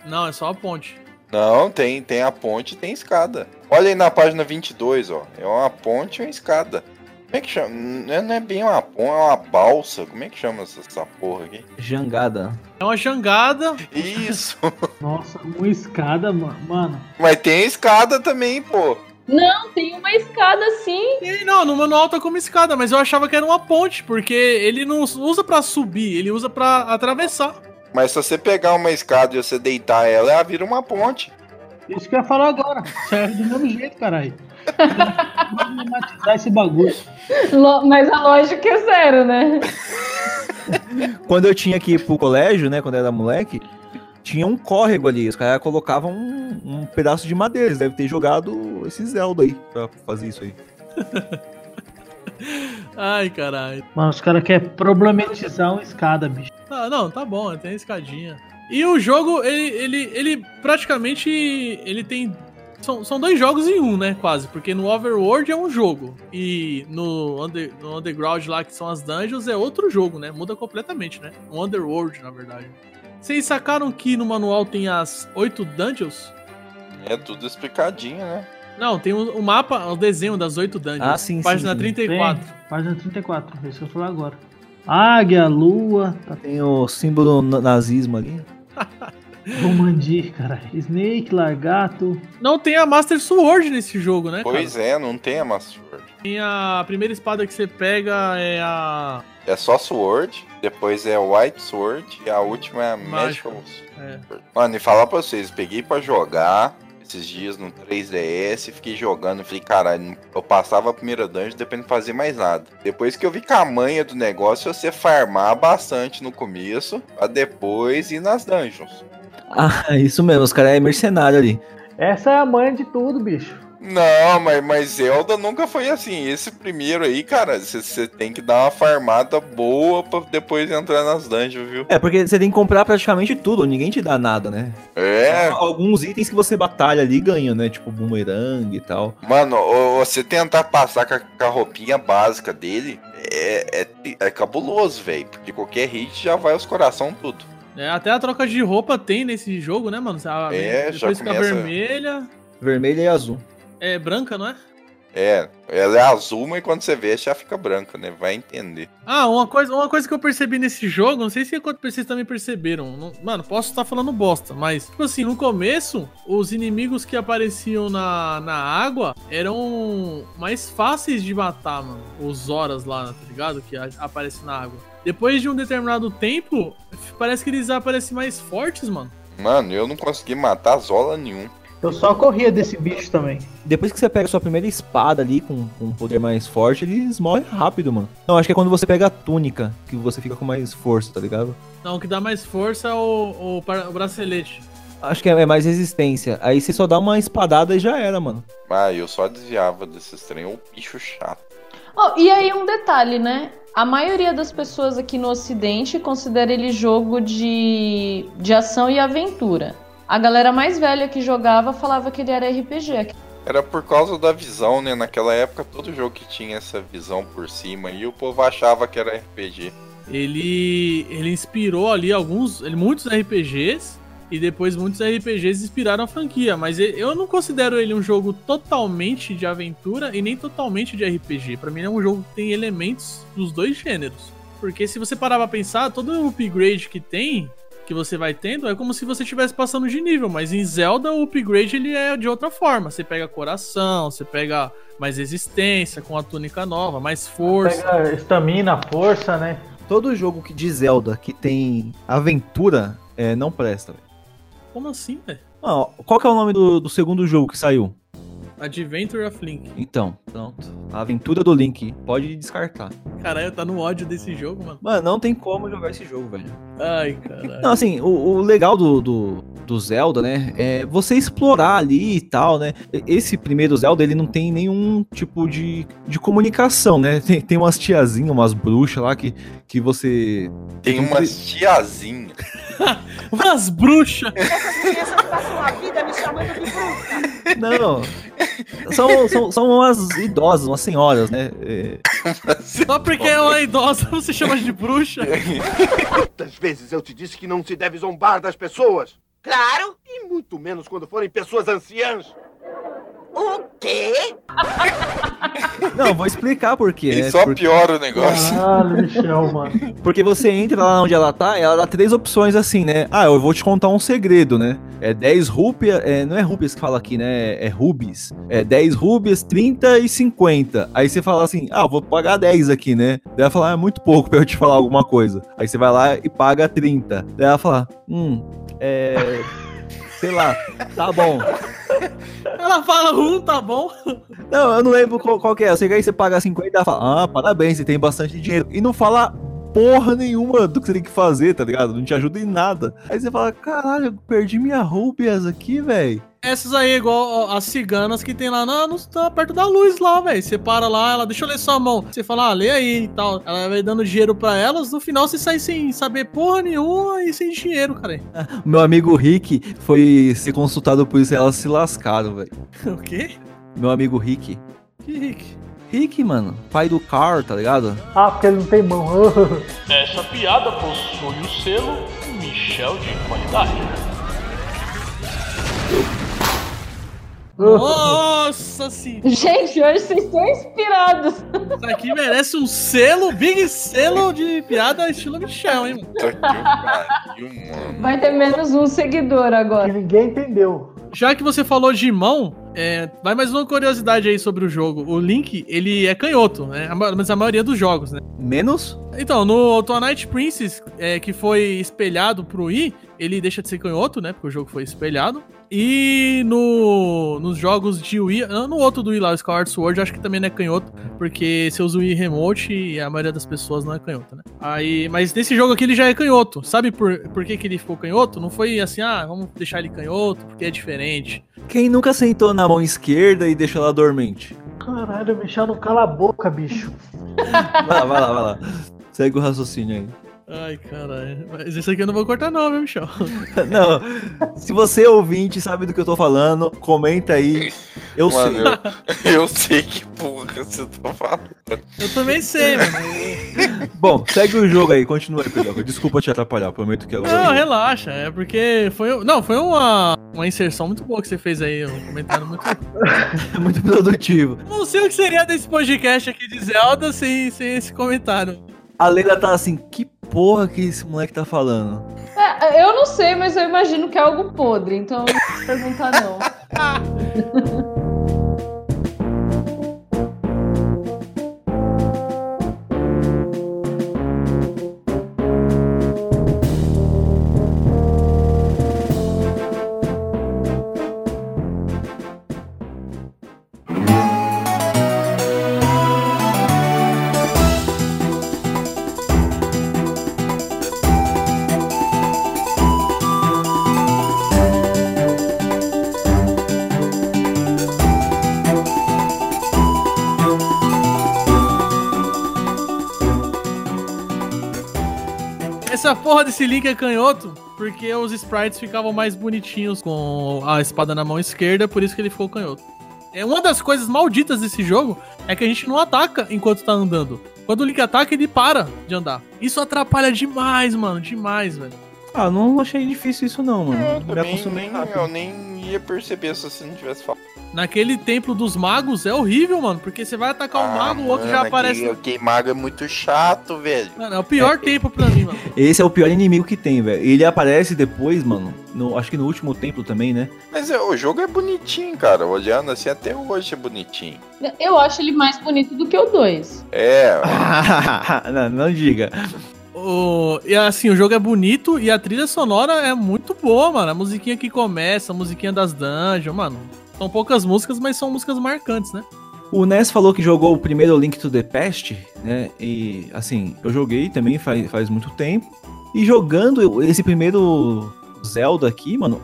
Não, é só uma ponte.
Não, tem, tem a ponte e tem a escada. Olha aí na página 22, ó. É uma ponte e uma escada. Como é que chama? Não é- não é bem uma ponte, é uma balsa. Como é que chama essa, essa porra aqui?
Jangada.
É uma jangada.
Isso.
Nossa, uma escada, mano. Mano,
Mas tem a escada também, pô.
Não, tem uma escada assim.
E, não, no manual tá como escada, mas eu achava que era uma ponte, porque ele não usa pra subir, ele usa pra atravessar.
Mas se você pegar uma escada e você deitar ela, ela vira uma ponte.
isso que eu ia falar agora. Serve do mesmo jeito, caralho. Vamos problematizar esse bagulho.
Lo- Mas a lógica é zero, né?
Quando eu tinha que ir pro colégio, né? Quando eu era moleque, tinha um córrego ali. Os caras colocavam um, um pedaço de madeira. Eles devem ter jogado esse Zelda aí pra fazer isso aí.
Ai, caralho.
Mano, os caras querem problematizar uma escada, bicho.
Ah, não, tá bom, tem a escadinha. E o jogo, ele, ele, ele praticamente. Ele tem. São, são dois jogos em um, né? Quase. Porque no Overworld é um jogo. E no, under, no Underground lá, que são as dungeons, é outro jogo, né? Muda completamente, né? O Underworld, na verdade. Vocês sacaram que no manual tem as oito dungeons?
É tudo explicadinho, né?
Não, tem o, o mapa, o desenho das oito dungeons.
Ah, sim, sim,
Página
sim.
34.
Tem, página 34, é isso que eu ia falar agora. Águia, lua, tá-
Tem o símbolo na- nazismo ali.
Romandi, caralho. Snake, lagarto.
Não tem a Master Sword nesse jogo, né?
Pois é, não tem a Master Sword.
cara? Tem a primeira espada que você pega é a.
É só Sword, depois é White Sword e a última é a
Mágica.
Magical
É.
Sword. Mano, e falar pra vocês, peguei pra jogar esses dias no 3DS, fiquei jogando, falei, caralho, eu passava a primeira dungeon, depois não fazia mais nada. Depois que eu vi que a manha do negócio é você farmar bastante no começo, pra depois ir nas dungeons.
Ah, isso mesmo. Os caras é mercenário ali.
Essa é a mãe de tudo, bicho.
Não, mas, mas Zelda nunca foi assim. Esse primeiro aí, cara, você tem que dar uma farmada boa pra depois entrar nas dungeons, viu?
É, porque você tem que comprar praticamente tudo. Ninguém te dá nada, né?
É,
Alguns itens que você batalha ali e ganha, né? Tipo bumerangue e tal.
Mano, ô, ô, você tentar passar com a, com a roupinha básica dele é, é, tri- é cabuloso, velho. Porque qualquer hit já vai os coração tudo.
É, até a troca de roupa tem nesse jogo, né, mano? A,
É, já
depois fica
começa-
vermelha,
Vermelho e azul.
é branca, não é?
É, ela é azul, mas quando você vê, já fica branca, né? Vai entender.
Ah, uma coisa, uma coisa que eu percebi nesse jogo, não sei se é quanto vocês também perceberam. não- mano, posso estar falando bosta, mas, tipo assim, no começo, os inimigos que apareciam na, na água eram mais fáceis de matar, mano. Os horas lá, tá ligado? Que a- aparecem na água. Depois de um determinado tempo, f- parece que eles aparecem mais fortes, mano.
Mano, eu não consegui matar Zola nenhum.
Eu só corria desse bicho também.
Depois que você pega a sua primeira espada ali com, com um poder mais forte, eles morrem rápido, mano. Não, acho que é quando você pega a túnica que você fica com mais força, tá ligado?
Não, Então, o que dá mais força é o, o, par- o bracelete.
Acho que é é mais resistência. Aí você só dá uma espadada e já era, mano.
Ah, eu só desviava desses trem, ô bicho chato.
Ó, e aí um detalhe, né? A maioria das pessoas aqui no Ocidente considera ele jogo de, de ação e aventura. A galera mais velha que jogava falava que ele era RPG.
Era por causa da visão, né? Naquela época, todo jogo que tinha essa visão por cima, e o povo achava que era RPG.
ele ele inspirou ali alguns, ele- muitos RPGs e depois muitos RPGs inspiraram a franquia, mas e- eu não considero ele um jogo totalmente de aventura e nem totalmente de RPG. Pra mim ele é um jogo que tem elementos dos dois gêneros. Porque se você parar pra pensar, todo o upgrade que tem, que você vai tendo, é como se você estivesse passando de nível, mas em Zelda o upgrade ele é de outra forma. Você pega coração, você pega mais resistência com a túnica nova, mais força.
Pega estamina, força, né?
Todo jogo que de Zelda que tem aventura é, não presta, velho.
Como assim, velho?
Ah, qual que é o nome do, do segundo jogo que saiu?
Adventure of Link.
Então, pronto. A aventura do Link. Pode descartar.
Caralho, tá no ódio desse jogo, mano.
Mano, não tem como jogar esse jogo, velho.
Ai,
Não,
É.
caralho.
assim, o, o legal do, do, do Zelda, né, é você explorar ali e tal, né. E- Esse primeiro Zelda, ele não tem nenhum tipo de, de comunicação, né. Tem, tem umas tiazinhas, umas bruxas lá que, que você...
Tem umas tiazinha.
Umas bruxas!
Essas crianças passam a vida me chamando de bruxa.
Não, são, são, são umas idosas, umas senhoras, né. É,
Só porque ela é idosa, você chama de bruxa.
Quantas vezes eu te disse que não se deve zombar das pessoas?
Claro.
E muito menos quando forem pessoas anciãs.
O quê?
Não, vou explicar por quê,
E
né.
só
Porque,
piora o negócio.
Caralho, bichão, mano.
porque você entra lá onde ela tá, ela dá três opções assim, né. Ah, eu vou te contar um segredo, né. É 10 rúpias, é, não é rúpias que fala aqui, né? É rubis. É 10 rúbias, 30 e 50. Aí você fala assim, ah, vou pagar 10 aqui, né? Daí ela fala, ah, é muito pouco pra eu te falar alguma coisa. Aí você vai lá e paga 30. Daí ela fala, hum, é. Sei lá, tá bom.
Ela fala um, tá bom?
Não, eu não lembro qual, qual que é. Eu sei que aí você paga 50 e ela fala, ah, parabéns, você tem bastante dinheiro. E não fala porra nenhuma do que você tem que fazer, tá ligado? Não te ajuda em nada. Aí você fala, caralho, eu perdi minha rúbias aqui, velho.
Essas aí, é igual ó, as ciganas que tem lá, não, não tá perto da luz lá, velho. Você para lá, ela, deixa eu ler sua mão. Você fala, ah, lê aí e tal. Ela vai dando dinheiro pra elas, no final você sai sem saber porra nenhuma e sem dinheiro, cara.
Meu amigo Rick foi ser consultado por isso e elas se lascaram, velho.
O quê?
Meu amigo Rick.
Que Rick?
Rick, mano, pai do Carl, tá ligado?
Ah, porque ele não tem mão.
Essa piada possui o selo Michel de qualidade.
Nossa senhora!
Gente, hoje vocês estão inspirados.
Isso aqui merece um selo, big selo de piada estilo Michel, hein, mano?
Puta que pariu, mano.
Vai ter menos um seguidor
Que
agora.
ninguém entendeu.
Já que você falou de mão, é, vai mais uma curiosidade aí sobre o jogo. O Link, ele é canhoto, né? A ma- Mas a maioria dos jogos, né?
Menos?
Então, no Twilight Princess, é, que foi espelhado pro Wii, ele deixa de ser canhoto, né? Porque o jogo foi espelhado. E no, nos jogos de Wii, ah, no outro do Wii lá, o Skyward Sword, acho que também não é canhoto, porque você usa o Wii Remote e a maioria das pessoas não é canhoto, né? Aí, mas nesse jogo aqui ele já é canhoto. Sabe por, por que, que ele ficou canhoto? Não foi assim, ah, vamos deixar ele canhoto, porque é diferente.
Quem nunca sentou na mão esquerda e deixou ela dormente?
Caralho, o bichão não cala a boca, bicho.
Vai lá, vai lá, vai lá. Segue o raciocínio aí.
Ai, caralho. Mas esse aqui eu não vou cortar não, meu Michel.
Não, se você é ouvinte sabe do que eu tô falando, comenta aí. Eu
Mano,
sei.
eu, eu sei que porra você tá falando.
Eu também sei, mano.
Bom, segue o jogo aí, continua aí, Pedro. Desculpa te atrapalhar, prometo que
Não,
agora.
relaxa. É porque foi. Não, foi uma, uma inserção muito boa que você fez aí. Um comentário muito.
é muito produtivo.
Não sei o que seria desse podcast aqui de Zelda sem, sem esse comentário.
A Leila tá assim, que porra que esse moleque tá falando?
É, eu não sei, mas eu imagino que é algo podre, então eu não vou perguntar não.
Essa porra desse link é canhoto, porque os sprites ficavam mais bonitinhos com a espada na mão esquerda, por isso que ele ficou canhoto. É uma das coisas malditas desse jogo é que a gente não ataca enquanto tá andando. Quando o Link ataca, ele para de andar. Isso atrapalha demais, mano. Demais, velho.
Ah, não achei difícil isso não,
É, Eu
mano. Me
também
acostumei
nem-
rápido.
eu nem ia perceber se você não tivesse falado.
Naquele templo dos magos é horrível, mano. Porque você vai atacar
Ah,
o um mago, o outro já aparece.
O mago é muito chato, velho.
Mano, é o pior tempo pra mim, mano.
Esse é o pior inimigo que tem, velho. Ele aparece depois, mano. no- acho que no último templo também, né?
Mas é, o jogo é bonitinho, cara. Olhando assim, até hoje é bonitinho.
Eu acho ele mais bonito do que o 2.
É,
não, não diga.
O- e assim, o jogo é bonito e a trilha sonora é muito boa, mano. A musiquinha que começa, a musiquinha das dungeons, mano. São poucas músicas, mas são músicas marcantes, né?
O Ness falou que jogou o primeiro Link to the Past, né? E assim, eu joguei também faz, faz muito tempo. E jogando esse primeiro Zelda aqui, mano.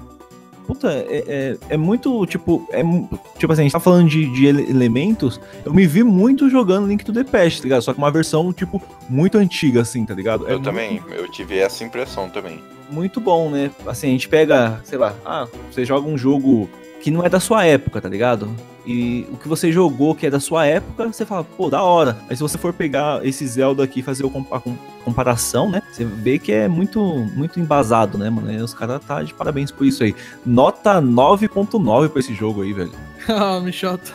Puta, é, é- é muito tipo. É, mu- tipo assim, a gente tá falando de, de ele- elementos. Eu me vi muito jogando Link to the Past, tá ligado? Só que uma versão, tipo, muito antiga, assim, tá ligado? É
eu
muito-
também. Eu tive essa impressão também.
muito bom, né? Assim, a gente pega, sei lá, ah, você joga um jogo que não é da sua época, tá ligado? E o que você jogou que é da sua época, você fala, pô, da hora. Mas se você for pegar esse Zelda aqui e fazer o com- a com- comparação, né? Você vê que é muito muito embasado, né, mano? E os caras tá de parabéns por isso aí. Nota 9.9 pra esse jogo aí, velho.
Ah, Michota.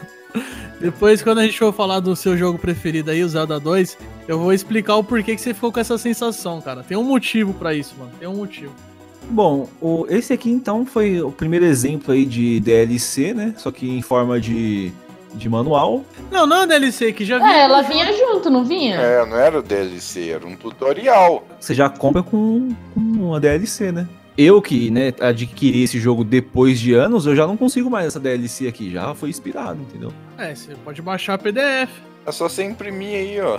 Depois, quando a gente for falar do seu jogo preferido aí, o Zelda 2, eu vou explicar o porquê que você ficou com essa sensação, cara. Tem um motivo pra isso, mano. Tem um motivo.
Bom, o- esse aqui então foi o primeiro exemplo aí de DLC, né? Só que em forma de, de manual.
Não, não, é DLC, que já vi.
É, ela vinha junto, não vinha?
É, não era o DLC, era um tutorial.
você já compra com, com uma DLC, né? Eu que né, adquiri esse jogo depois de anos, eu já não consigo mais essa DLC aqui. Já foi inspirado, entendeu?
É, você pode baixar PDF.
É só você imprimir aí, ó.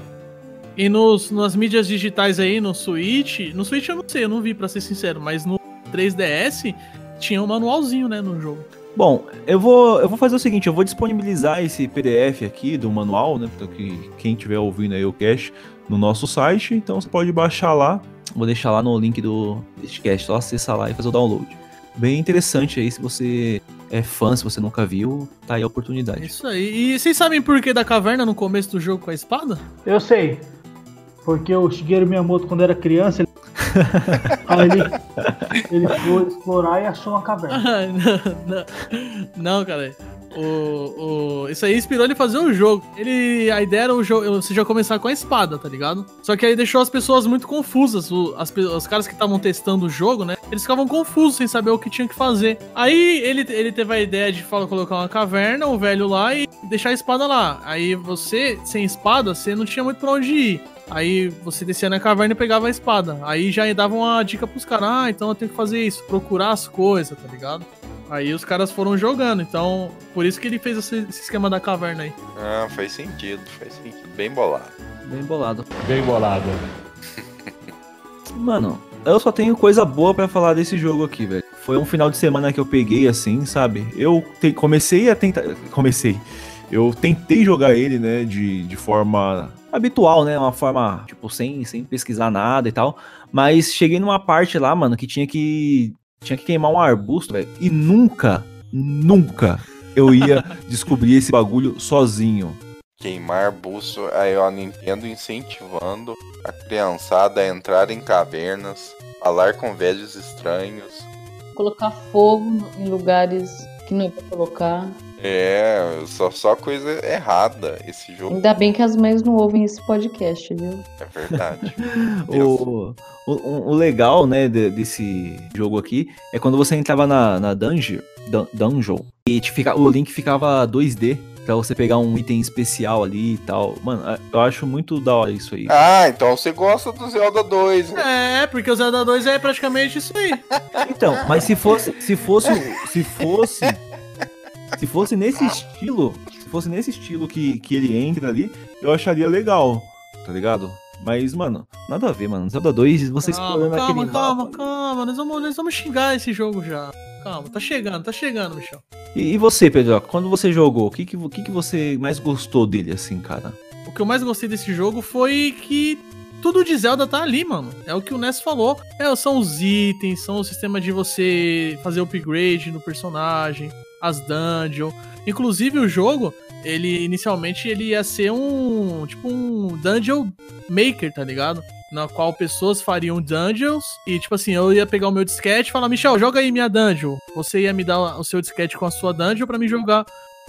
E nos, nas mídias digitais aí, no Switch. No Switch eu não sei, eu não vi, pra ser sincero, mas no 3DS tinha um manualzinho, né, no jogo.
Bom, eu vou, eu vou fazer o seguinte, eu vou disponibilizar esse PDF aqui do manual, né? Pra que quem estiver ouvindo aí o cache no nosso site, então você pode baixar lá. Vou deixar lá no link do deste cast, só acessar lá e fazer o download. Bem interessante aí, se você é fã, se você nunca viu, tá aí a
É
oportunidade.
Isso aí. E vocês sabem por que da caverna no começo do jogo com a espada?
Eu sei. Porque o Shigeru Miyamoto, quando era criança, ele, Aí ele- ele foi explorar e achou uma caverna.
Ah, não, não. Não, cara. O, o- isso aí inspirou ele a fazer o jogo. Ele, a ideia era o jogo, você já começar com a espada, tá ligado? Só que aí deixou as pessoas muito confusas. O- as pe- os caras que estavam testando o jogo, né? Eles ficavam confusos sem saber o que tinha que fazer. Aí ele, ele teve a ideia de fala, colocar uma caverna, o velho lá e deixar a espada lá. Aí você, sem espada, você não tinha muito pra onde ir. Aí você descia na caverna e pegava a espada. Aí já dava uma dica pros caras: ah, então eu tenho que fazer isso, procurar as coisas, tá ligado? Aí os caras foram jogando, então por isso que ele fez esse, esse esquema da caverna aí.
Ah, faz sentido, faz sentido. Bem bolado.
Bem bolado.
Bem bolada.
Mano, eu só tenho coisa boa pra falar desse jogo aqui, velho. Foi um final de semana que eu peguei assim, sabe? Eu te- comecei a tentar. Comecei. Eu tentei jogar ele, né, de, de forma habitual, né? Uma forma, tipo, sem, sem pesquisar nada e tal. Mas cheguei numa parte lá, mano, que tinha que. Tinha que queimar um arbusto, velho. E nunca, nunca eu ia descobrir esse bagulho sozinho.
Queimar buço, aí ó, a Nintendo incentivando a criançada a entrar em cavernas, falar com velhos estranhos.
Colocar fogo em lugares que não é pra colocar.
É, só, só coisa errada esse jogo,
Ainda bem que as mães não ouvem esse podcast, viu?
é verdade.
O, o, o legal, né, de- desse jogo aqui é quando você entrava na, na dungeon, dun- dungeon e te fica, o link ficava 2D pra você pegar um item especial ali e tal. Mano, a- eu acho muito da hora isso aí.
ah, então você gosta do Zelda 2. né?
É, porque o Zelda 2 é praticamente isso aí.
Então, mas se fosse, se fosse, se fosse, se fosse nesse estilo, se fosse nesse estilo que, que ele entra ali, eu acharia legal, tá ligado? Mas, mano, nada a ver, mano. Zelda 2, você
Calma,
explorando
calma,
é aquele
calma,
mapa.
calma. Nós vamos, nós vamos xingar esse jogo já. Calma, tá chegando, tá chegando, Michel.
E, e você, Pedro, quando você jogou, o que que, o que que você mais gostou dele, assim, cara?
O que eu mais gostei desse jogo foi que tudo de Zelda tá ali, mano. É o que o Ness falou. É, são os itens, são o sistema de você fazer upgrade no personagem, as dungeons. Inclusive o jogo, ele inicialmente ele ia ser um tipo um dungeon maker, tá ligado? Na qual pessoas fariam dungeons e, tipo assim, eu ia pegar o meu disquete e falar, Michel, joga aí minha dungeon. Você ia me dar o seu disquete com a sua dungeon pra me jogar.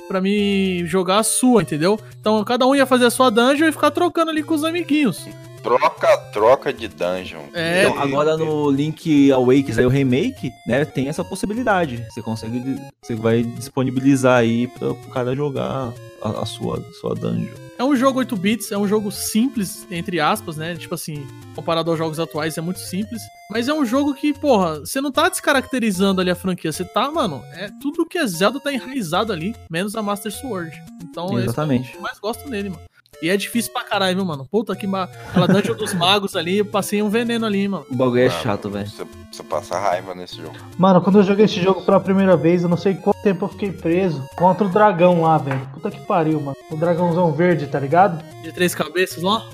Pra me jogar a sua, entendeu? Então cada um ia fazer a sua dungeon e ficar trocando ali com os amiguinhos.
Troca, troca de dungeon.
É,
Então, agora no Link Awakens, aí o remake, né, tem essa possibilidade. Você consegue, você vai disponibilizar aí pra, pro cara jogar a, a sua, sua dungeon.
É um jogo 8 bits, é um jogo simples, entre aspas, né? Tipo assim, comparado aos jogos atuais, é muito simples. Mas é um jogo que, porra, você não tá descaracterizando ali a franquia. Você tá, mano, é tudo que é Zelda tá enraizado ali, menos a Master Sword. Então, é isso que
Exatamente.
eu mais gosto nele, mano. E é difícil pra caralho, viu, mano? Puta que ma... Aquela dungeon dos magos ali, eu passei um veneno ali, mano.
O bagulho é
Ah,
chato, velho.
Você, você passa raiva nesse jogo.
Mano, quando eu joguei esse jogo pela primeira vez, eu não sei quanto tempo eu fiquei preso contra o dragão lá, velho. Puta que pariu, mano. O dragãozão verde, tá ligado?
De três cabeças lá.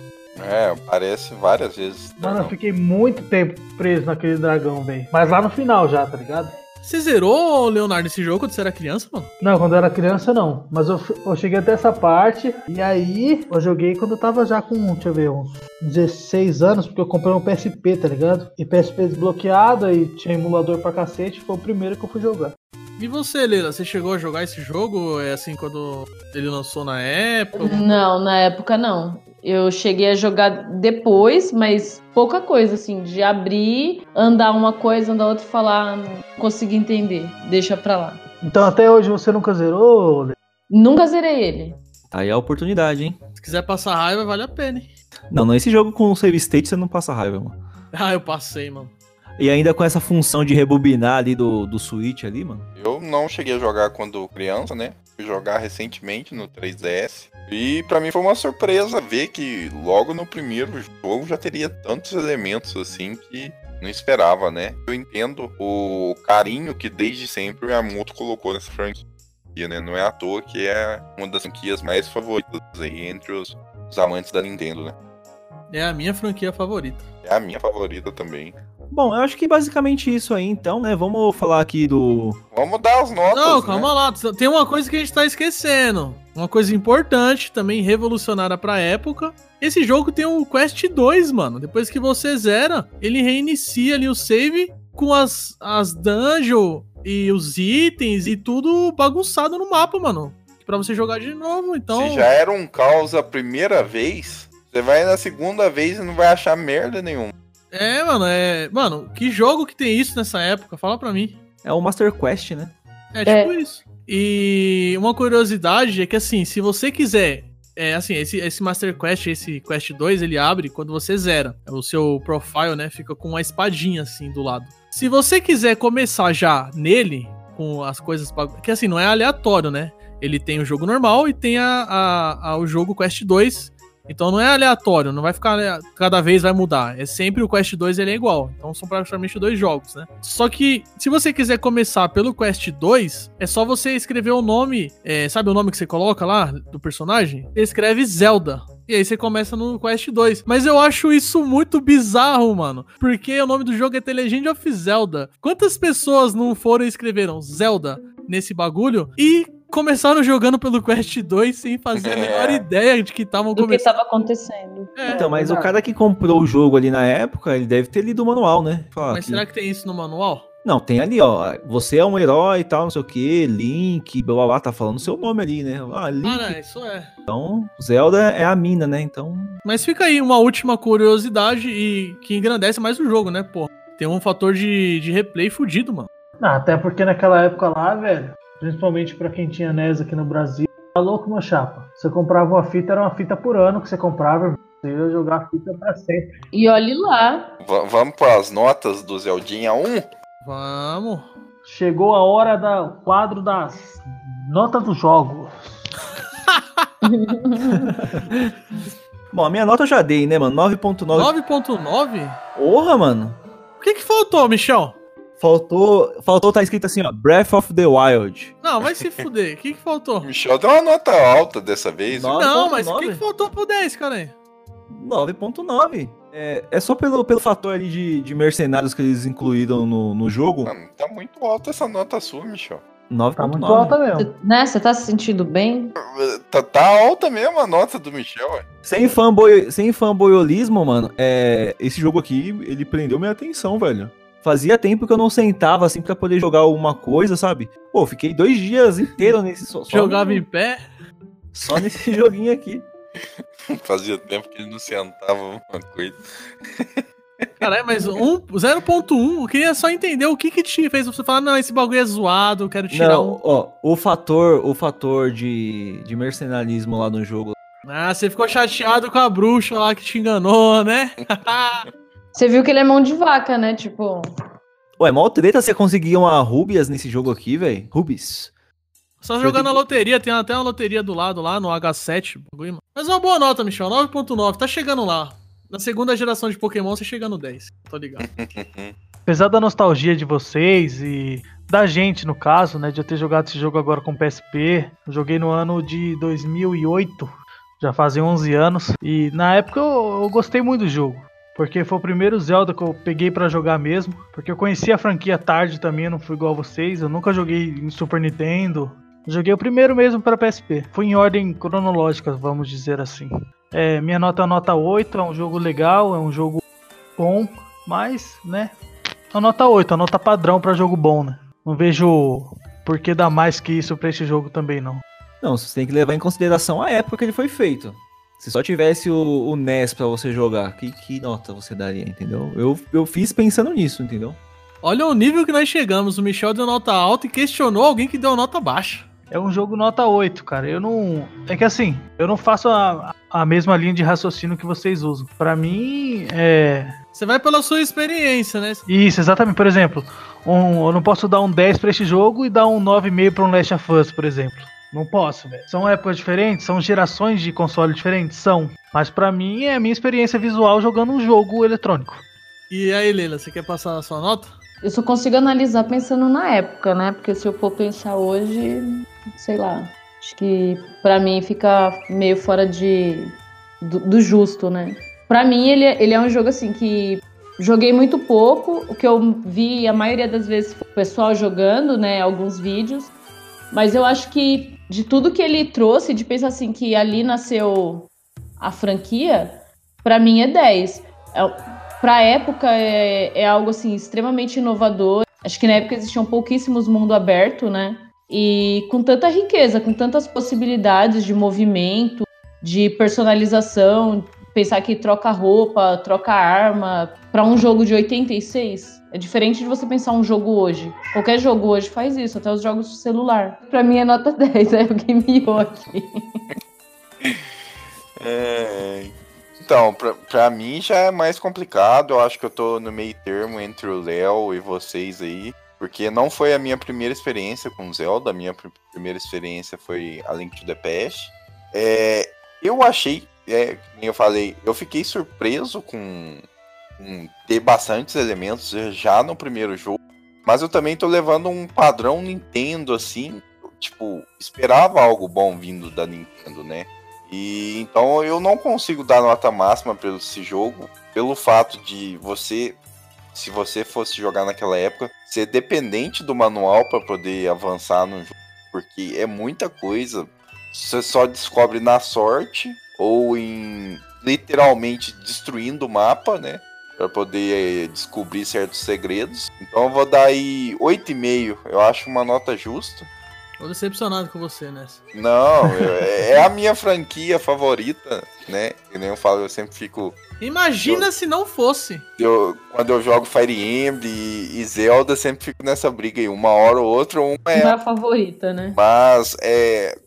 É, aparece várias vezes.
Mano, eu fiquei muito tempo preso naquele dragão, velho. Mas lá no final já, tá ligado?
Você zerou, Leonardo, esse jogo quando você era criança, mano?
Não, quando eu era criança não. Mas eu, f- eu cheguei até essa parte. E aí, eu joguei quando eu tava já com, deixa eu ver, uns 16 anos, porque eu comprei um PSP, tá ligado? E PSP desbloqueado, aí tinha emulador pra cacete, foi o primeiro que eu fui jogar.
E você, Leila, você chegou a jogar esse jogo, é assim, quando ele lançou na época?
Não, na época não. Eu cheguei a jogar depois, mas pouca coisa, assim, de abrir, andar uma coisa, andar outra e falar, "Ah, não consegui entender, deixa pra lá.
Então até hoje você nunca zerou, Lê?
Nunca zerei ele.
Tá aí a oportunidade, hein?
Se quiser passar raiva, vale a pena, hein?
Não, não, esse jogo com save state você não passa raiva, mano.
Ah, eu passei, mano.
E ainda com essa função de rebobinar ali do, do Switch ali, mano.
Eu não cheguei a jogar quando criança, né? Fui jogar recentemente no 3DS. E pra mim foi uma surpresa ver que logo no primeiro jogo já teria tantos elementos assim que não esperava, né? Eu entendo o carinho que desde sempre o Miyamoto colocou nessa franquia, né? Não é à toa que é uma das franquias mais favoritas aí entre os, os amantes da Nintendo, né?
É a minha franquia favorita.
É a minha favorita também.
Bom, eu acho que basicamente isso aí, então, né? Vamos falar aqui do.
Vamos dar as notas.
Não,
né?
calma lá. Tem uma coisa que a gente tá esquecendo. Uma coisa importante, também revolucionária pra época. Esse jogo tem um Quest 2, mano. Depois que você zera, ele reinicia ali o save com as, as dungeon e os itens e tudo bagunçado no mapa, mano. Pra você jogar de novo, então...
Se já era um caos a primeira vez, você vai na segunda vez e não vai achar merda nenhuma.
É, mano, é. Mano, que jogo que tem isso nessa época? Fala pra mim.
É o Master Quest, né?
É tipo isso. E uma curiosidade é que assim, se você quiser. É assim, esse, esse Master Quest, esse Quest 2, ele abre quando você zera. É O seu profile, né, fica com uma espadinha assim do lado. Se você quiser começar já nele, com as coisas. bagu- Que assim, não é aleatório, né? Ele tem o jogo normal e tem a, a- a- o jogo Quest 2. Então não é aleatório, não vai ficar. alea- Cada vez vai mudar. É sempre o Quest 2 ele é igual. Então são praticamente dois jogos, né? Só que se você quiser começar pelo Quest 2, é só você escrever o nome. é, sabe o nome que você coloca lá do personagem? Você Escreve Zelda. E aí você começa no Quest 2. Mas eu acho isso muito bizarro, mano. Porque o nome do jogo é The Legend of Zelda. Quantas pessoas não foram e escreveram Zelda nesse bagulho? E começaram jogando pelo Quest 2 sem fazer a menor
É.
ideia de que estavam
do que
começando.
estava acontecendo.
É,
Então, mas o
verdade.
cara que comprou o jogo ali na época, ele deve ter lido o manual, né? Fala
mas
que-
será que tem isso no manual?
Não, tem ali, ó. Você é um herói e tal, não sei o que, Link, blá blá blá, tá falando seu nome ali, né? Ah, Link,
Cara, isso é.
então, Zelda é a mina, né? Então.
Mas fica aí uma última curiosidade e que engrandece mais o jogo, né, pô? Tem um fator de, de replay fudido, mano.
Não, Ah, até porque naquela época lá, velho, principalmente pra quem tinha NES aqui no Brasil, tá louco, meu chapa. Você comprava uma fita, era uma fita por ano que você comprava, irmão. você ia jogar a fita pra sempre.
E olhe lá.
V- vamos para as notas do Zeldinha 1?
Vamos.
Chegou a hora do quadro das notas do jogo.
Bom, a minha nota eu já dei, né, mano? 9.9.
9.9?
Porra, mano.
O que que faltou, Michel?
Faltou. Faltou, tá escrito assim, ó. Breath of the Wild.
Não, vai se fuder. O que que faltou?
Michel deu uma nota alta dessa vez.
Nossa.
Não, mas o que que
9.9?
faltou pro 10, cara aí?
9.9. É, é só pelo, pelo fator ali de, de mercenários que eles incluíram no, no jogo.
Mano, tá muito alta essa nota sua, Michel.
Tá muito
9.9.
alta mesmo.
Né? Você tá se sentindo bem?
Tá, tá alta mesmo a nota do Michel, ué.
Sem, fanboy, sem fanboyolismo, mano, é, esse jogo aqui, ele prendeu minha atenção, velho. Fazia tempo que eu não sentava, assim, pra poder jogar alguma coisa, sabe? Pô, eu fiquei dois dias inteiros nesse... Só, um. só-
Jogava em pé?
Só nesse joguinho aqui.
Fazia tempo que ele não sentava uma coisa.
Caralho, mas um- 0.1, eu queria só entender o que que te fez você falar, não, esse bagulho é zoado, eu quero tirar
Não,
um.
ó, o fator, o fator de, de mercenarismo lá no jogo.
Ah, você ficou chateado com a bruxa lá que te enganou, né?
Você viu que ele é mão de vaca, né? Tipo,
Ué, mó treta você conseguir uma Rubias nesse jogo aqui, velho. Rubies.
Só jogando a loteria, tem até uma loteria do lado lá, no H7. bagulho, mano. Mas é uma boa nota, Michel, 9.9, tá chegando lá. Na segunda geração de Pokémon, você chega no 10, tô ligado.
Apesar da nostalgia de vocês e da gente, no caso, né, de eu ter jogado esse jogo agora com PSP, eu joguei no ano de 2008, já fazem 11 anos, e na época eu, eu gostei muito do jogo, porque foi o primeiro Zelda que eu peguei pra jogar mesmo, porque eu conheci a franquia tarde também, eu não fui igual a vocês, eu nunca joguei em Super Nintendo, joguei o primeiro mesmo para PSP, fui em ordem cronológica, vamos dizer assim. É, minha nota é nota 8, é um jogo legal, é um jogo bom, mas, né, a nota 8, a nota padrão pra jogo bom, né? Não vejo por que dar mais que isso pra esse jogo também, não.
Não, você tem que levar em consideração a época que ele foi feito. Se só tivesse o, o NES pra você jogar, que, que nota você daria, entendeu? Eu, eu fiz pensando nisso, entendeu?
Olha o nível que nós chegamos, o Michel deu nota alta e questionou alguém que deu nota baixa.
É um jogo nota 8, cara. Eu não. É que assim, eu não faço a, a mesma linha de raciocínio que vocês usam. Pra mim, é.
Você vai pela sua experiência, né?
Isso, exatamente. Por exemplo, um- eu não posso dar um 10 pra esse jogo e dar um 9,5 pra um Last of Us, por exemplo. Não posso, velho. São épocas diferentes, são gerações de console diferentes, são. Mas pra mim é a minha experiência visual jogando um jogo eletrônico.
E aí, Leila, você quer passar a sua nota?
eu só consigo analisar pensando na época, né? Porque se eu for pensar hoje, sei lá. Acho que pra mim fica meio fora de do, do justo, né? Pra mim ele, é- ele é um jogo assim que joguei muito pouco, o que eu vi a maioria das vezes foi o pessoal jogando, né, alguns vídeos. Mas eu acho que de tudo que ele trouxe, de pensar assim que ali nasceu a franquia, pra mim é 10. É, pra época é, é algo assim extremamente inovador. Acho que na época existiam pouquíssimos mundo aberto, né? E com tanta riqueza, com tantas possibilidades de movimento, de personalização, pensar que troca roupa, troca arma, pra um jogo de 86 é diferente de você pensar um jogo hoje. Qualquer jogo hoje faz isso, até os jogos de celular. Pra mim é nota 10, é o Game aqui.
É, Então, pra, pra mim já é mais complicado. Eu acho que eu tô no meio termo entre o Léo e vocês aí. Porque não foi a minha primeira experiência com Zelda. A minha pr- primeira experiência foi A Link to the Past. É, eu achei, é, como eu falei, eu fiquei surpreso com, com ter bastantes elementos já no primeiro jogo. Mas eu também tô levando um padrão Nintendo, assim. Eu, Tipo, esperava algo bom vindo da Nintendo, né? E então eu não consigo dar nota máxima pelo esse jogo, pelo fato de você, se você fosse jogar naquela época, ser dependente do manual para poder avançar no jogo. porque é muita coisa. Você só descobre na sorte ou em literalmente destruindo o mapa, né? Pra poder eh, descobrir certos segredos. Então eu vou dar aí 8,5. Eu acho uma nota justa.
Tô decepcionado com você né? nessa.
Não, eu- é a minha franquia favorita, né? Que nem eu falo, eu sempre fico
Imagina se não fosse.
eu, quando eu jogo Fire Emblem e, e Zelda, eu sempre fico nessa briga aí. Uma hora ou outra, uma é.
Não é a favorita, né?
Mas é,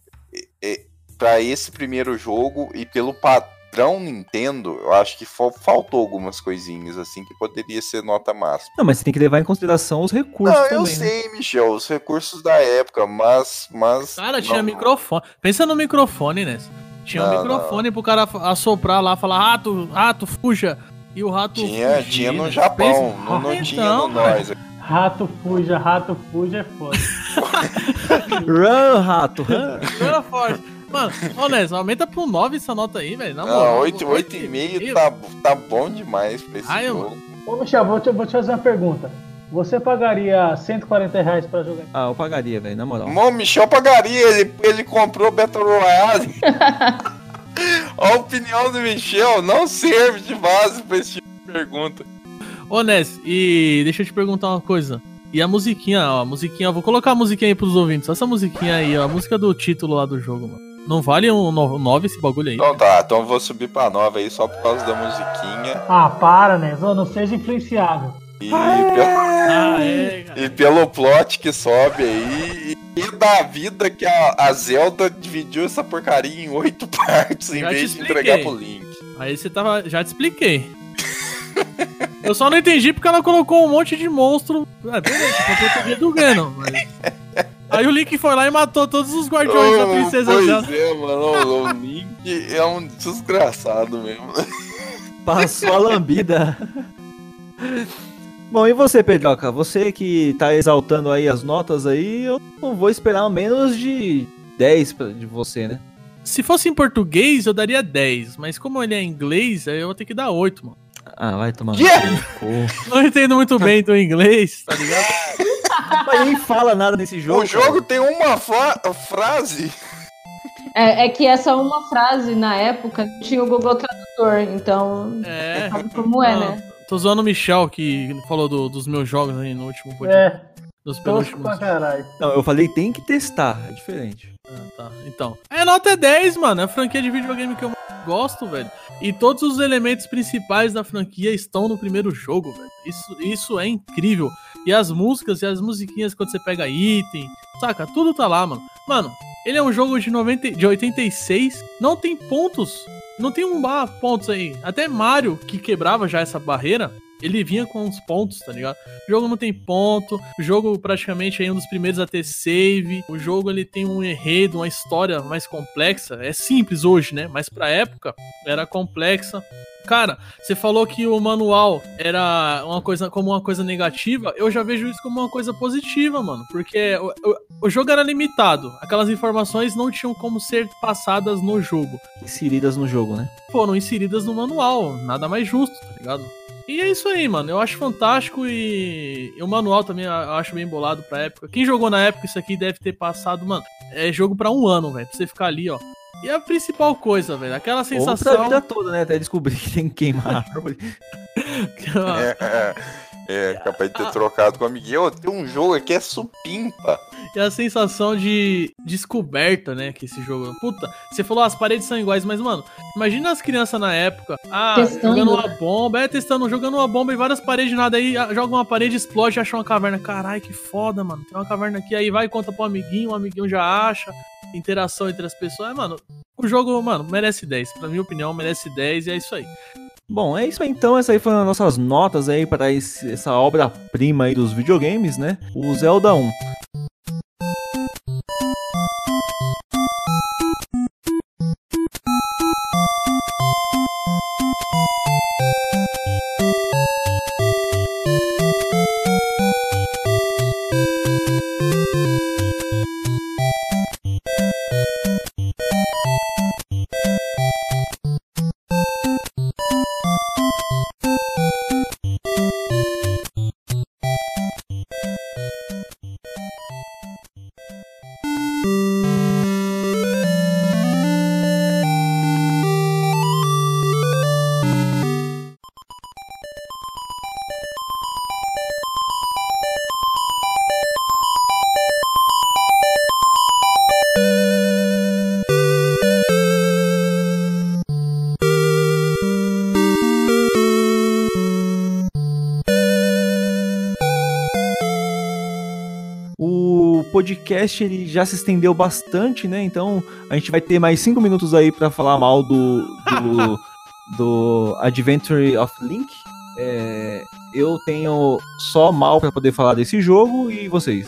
é para esse primeiro jogo e pelo padrão Nintendo, eu acho que fal- faltou algumas coisinhas assim que poderia ser nota máxima.
Não, mas você tem que levar em consideração os recursos
Não,
também.
eu
né?
sei, Michel, os recursos da época, mas. mas
Cara, tinha
não-
microfone. Pensa no microfone, né? Tinha um
Não,
microfone pro cara assoprar lá, falar rato, rato, fuja. E o rato.
Tinha,
fugir,
tinha no
né?
Japão, não, não
Então,
tinha no
cara.
nós.
Rato fuja, rato fuja é foda.
Run, rato, run.
Pensa- forte. Mano, ô Nes, aumenta pro 9 essa nota aí, velho. Na moral.
Não, 8, 8,5 tá, tá bom demais pra esse
Ai, eu-
jogo.
Ô Michel, vou te, vou te fazer uma pergunta. Você pagaria 140 reais pra jogar?
Ah, eu pagaria, velho, na moral.
Mano, o Michel pagaria, ele, ele comprou Battle Royale. a opinião do Michel não serve de base pra esse tipo de pergunta.
Ô Nes, e deixa eu te perguntar uma coisa. E a musiquinha, ó, a musiquinha, eu vou colocar a musiquinha aí pros ouvintes. Olha essa musiquinha aí, ó, a música do título lá do jogo, mano. Não vale um 9 esse bagulho aí?
Então tá, então eu vou subir pra nova aí só por causa da musiquinha.
Ah, para, né? Zô, não seja influenciável.
E, pelo,
Ah, é, cara.
e pelo plot que sobe aí. E da vida que a, a Zelda dividiu essa porcaria em oito partes em
Já te
vez de
expliquei.
entregar pro Link.
Aí você tava. Já te expliquei. Eu só não entendi porque ela colocou um monte de monstro. É, beleza, porque eu do Ganon, mas. Aí o Link foi lá e matou todos os
É
guardiões da
Oh,
princesa
pois
Zelda.
é, mano. O Link é um desgraçado mesmo.
Passou a lambida. Bom, e você, Pedroca? Você que tá exaltando aí as notas aí, eu não vou esperar menos de 10 pra- de você, né?
Se fosse em português, eu daria 10. Mas como ele é em inglês, aí eu vou ter que dar 8, mano.
Ah, vai tomar no
Yeah!
cu.
Não entendo muito bem do inglês, tá ligado?
Mas nem fala nada nesse jogo.
o jogo tem uma fra- frase.
É, é que essa uma frase na época não tinha o Google Tradutor, então
É.
sabe como é,
Não,
né?
Tô zoando o Michel, que falou do- dos meus jogos aí no último podcast.
É,
Dos
tosco
penúltimos.
pra caralho.
Não, eu falei tem que testar, é diferente.
Ah, tá. Então. É nota 10, mano. É a franquia de videogame que eu mais gosto, velho. E todos os elementos principais da franquia estão no primeiro jogo, velho. Isso, isso é incrível. E as músicas e as musiquinhas quando você pega item, saca? Tudo tá lá, mano. Mano, ele é um jogo de, 90, de 86, não tem pontos. Não tem um bar pontos aí. Até Mario, que quebrava já essa barreira, ele vinha com uns pontos, tá ligado? O jogo não tem ponto, o jogo praticamente é um dos primeiros a ter save, o jogo ele tem um enredo, uma história mais complexa, é simples hoje, né? Mas pra época era complexa. Cara, você falou que o manual era uma coisa como uma coisa negativa, eu já vejo isso como uma coisa positiva, mano, porque o, o- o jogo era limitado, aquelas informações não tinham como ser passadas no jogo
Inseridas no jogo, né?
foram inseridas no manual. Nada mais justo, tá ligado? E é isso aí, mano. Eu acho fantástico e e o manual também eu acho bem bolado pra época. Quem jogou na época isso aqui deve ter passado, mano. É jogo pra um ano, velho. Pra você ficar ali, ó. E a principal coisa, velho, aquela
Ou pra
sensação.
vida toda, né? Até descobrir que tem que queimar a árvore. Ah.
É, é, capaz de ter trocado com o amiguinho. Ô, tem um jogo aqui, é supimpa.
e a sensação de descoberta, né? Que esse jogo. Puta, você falou, ah, as paredes são iguais, mas, mano, imagina as crianças na época. Ah,
Testando,
jogando
né?
uma bomba, é, testando, jogando uma bomba e várias paredes de nada. Aí ah, joga uma parede, explode e acha uma caverna. Caralho, que foda, mano. Tem uma caverna aqui, aí vai e conta pro amiguinho, o amiguinho já acha. Interação entre as pessoas. É, mano, o jogo, mano, merece 10. Pra minha opinião, merece 10 e é isso aí.
Bom, é isso aí então. Essas aí foram as nossas notas aí para esse- essa obra-prima aí dos videogames, né? O Zelda 1. podcast ele já se estendeu bastante, né? Então a gente vai ter mais cinco minutos aí pra falar mal do, do, do Adventure of Link. É, eu tenho só mal pra poder falar desse jogo e vocês.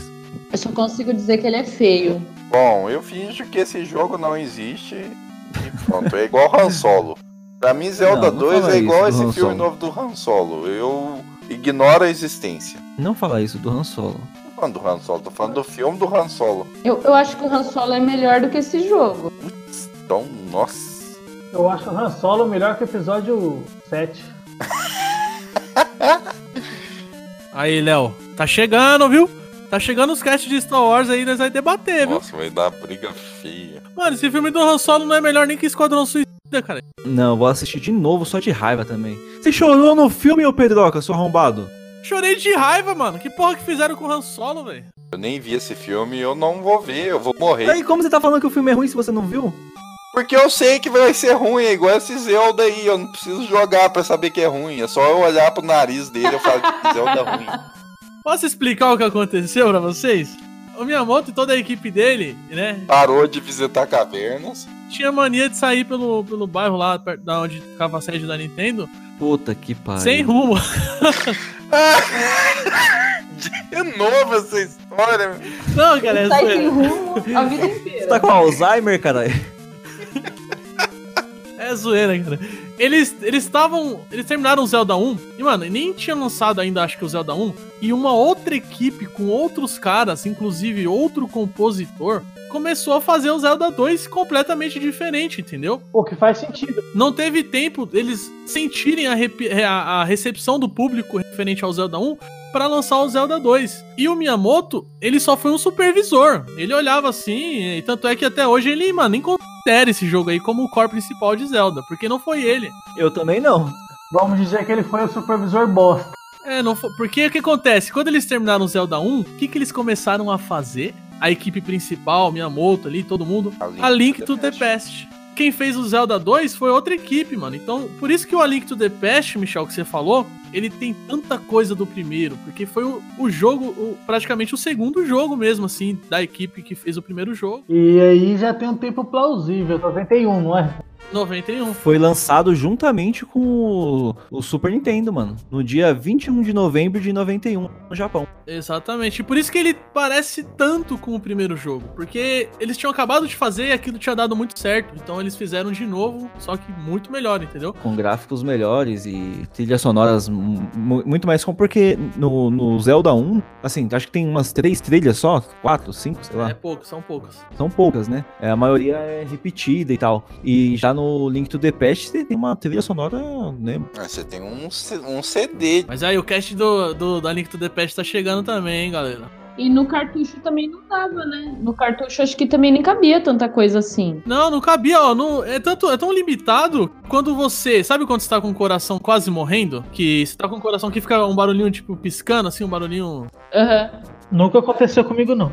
Eu só consigo dizer que ele é feio.
Bom, eu finjo que esse jogo não existe e pronto. É igual Han Solo. Pra mim, Zelda
Não, não
2
fala
é igual
isso do Han
esse filme
Solo.
novo do Han Solo. Eu ignoro a existência.
Não falar isso do Han Solo.
Não tô falando do Han Solo, tô falando do filme do Han Solo.
Eu, eu acho que o Han Solo é melhor do que esse jogo.
Então, nossa.
Eu acho o Han Solo melhor que o episódio 7.
Aí, Léo, tá chegando, viu? Tá chegando os casts de Star Wars aí, nós vai debater, viu?
Nossa, vai dar briga feia.
Mano, esse filme do Han Solo não é melhor nem que Esquadrão Suicida, cara.
Não, vou assistir de novo só de raiva também. Você chorou no filme, ô Pedroca, seu arrombado?
Chorei de raiva, mano. Que porra que fizeram com o Han Solo, velho?
Eu nem vi esse filme, eu não vou ver, eu vou morrer.
Aí como você tá falando que o filme é ruim se você não viu?
Porque eu sei que vai ser ruim, é igual esse Zelda aí. Eu não preciso jogar pra saber que é ruim. É só eu olhar pro nariz dele e falar que Zelda é ruim.
Posso explicar o que aconteceu pra vocês? O Miyamoto e toda a equipe dele, né,
Parou de visitar cavernas.
tinha mania de sair pelo, pelo bairro lá, perto da onde ficava a sede da Nintendo,
Puta que pariu.
sem rumo.
De É novo essa história. meu.
Não, cara, é
Sai
zoeira.
sem rumo a vida
Você
inteira.
tá com Alzheimer, caralho?
É zoeira, cara. Eles eles estavam. Eles terminaram o Zelda 1. E, mano, nem tinha lançado ainda, acho que o Zelda 1. E uma outra equipe com outros caras, inclusive outro compositor, começou a fazer o Zelda 2 completamente diferente, entendeu?
O que faz sentido.
Não teve tempo deles sentirem a, repi- a- a recepção do público referente ao Zelda 1 pra lançar o Zelda 2. E o Miyamoto, ele só foi um supervisor. Ele olhava assim, e tanto é que até hoje ele, mano, nem considera esse jogo aí como o core principal de Zelda, porque não foi ele.
Eu também não.
Vamos dizer que ele foi o supervisor bosta.
É, não foi. Porque o que acontece? Quando eles terminaram o Zelda 1, o que, que eles começaram a fazer? A equipe principal, Miyamoto ali, todo mundo,
A Link
a Link
to
to
the
the Past. Quem fez o Zelda 2 foi outra equipe, mano. Então, por isso que o A Link to the Past, Michel, que você falou, ele tem tanta coisa do primeiro, porque foi o, o jogo, o- praticamente o segundo jogo mesmo, assim, da equipe que fez o primeiro jogo,
E aí já tem um tempo plausível. 91, não é?
91.
Foi lançado juntamente com o, o Super Nintendo, mano. No dia 21 de novembro de 91, no Japão.
Exatamente. E por isso que ele parece tanto com o primeiro jogo. Porque eles tinham acabado de fazer e aquilo tinha dado muito certo. Então eles fizeram de novo, só que muito melhor, entendeu?
Com gráficos melhores e trilhas sonoras mu- mu- muito mais com. Porque no, no Zelda 1, assim, acho que tem umas três trilhas só, quatro, cinco, sei lá.
É pouco, são poucos.
são poucas, né? É, a maioria é repetida e tal. E já no Link to the Past você tem uma trilha sonora, né?
Ah, Você tem um, C- um CD.
Mas aí o cast do, do, da Link to the Past tá chegando também, hein, galera.
E no cartucho também não dava, né? No cartucho acho que também nem cabia tanta coisa assim.
Não, não cabia, ó. Não, é, tanto, é tão limitado quando você. Sabe quando você tá com o coração quase morrendo? Que você tá com o coração que fica um barulhinho tipo piscando, assim, um barulhinho
Aham.
Nunca aconteceu comigo, não.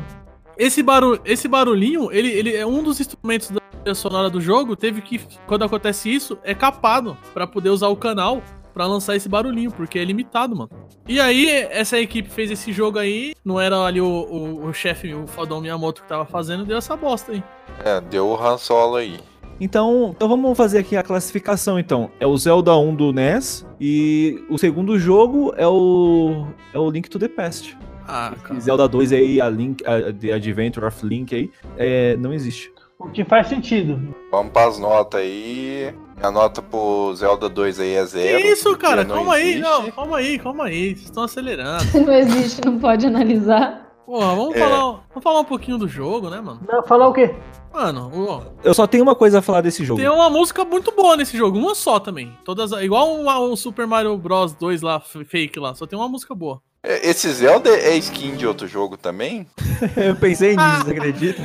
Esse, barulho, esse barulhinho, ele, ele é um dos instrumentos da trilha sonora do jogo. Teve que, quando acontece isso, é capado pra poder usar o canal pra lançar esse barulhinho, porque é limitado, mano. E aí, essa equipe fez esse jogo aí. Não era ali o, o, o chefe, o fodão Miyamoto que tava fazendo, deu essa bosta aí.
É, deu o Han Solo aí.
Então, então vamos fazer aqui a classificação então. É o Zelda 1 do NES e o segundo jogo é o é o Link to the Past.
Ah,
E Zelda 2 aí a Link a, The Adventure of Link aí é, não existe.
O que faz sentido.
Vamos pras notas aí. Minha nota pro Zelda 2 aí é
Que
zero.
isso,
porque
cara?
não
Calma aí,
existe.
não, calma aí, calma aí. Vocês estão acelerando.
Se não existe, não pode analisar.
Porra, vamos,
É.
falar, vamos falar um pouquinho do jogo, né, mano?
Não, falar o quê?
Mano, ó,
Eu só tenho uma coisa a falar desse jogo.
Tem
um-
uma música muito boa nesse jogo, uma só também. Todas, igual o Super Mario Bros 2 lá, f- fake lá, só tem uma música boa.
É, Esse Zelda é skin de outro jogo também?
Eu pensei
Ah!
nisso, você acredita?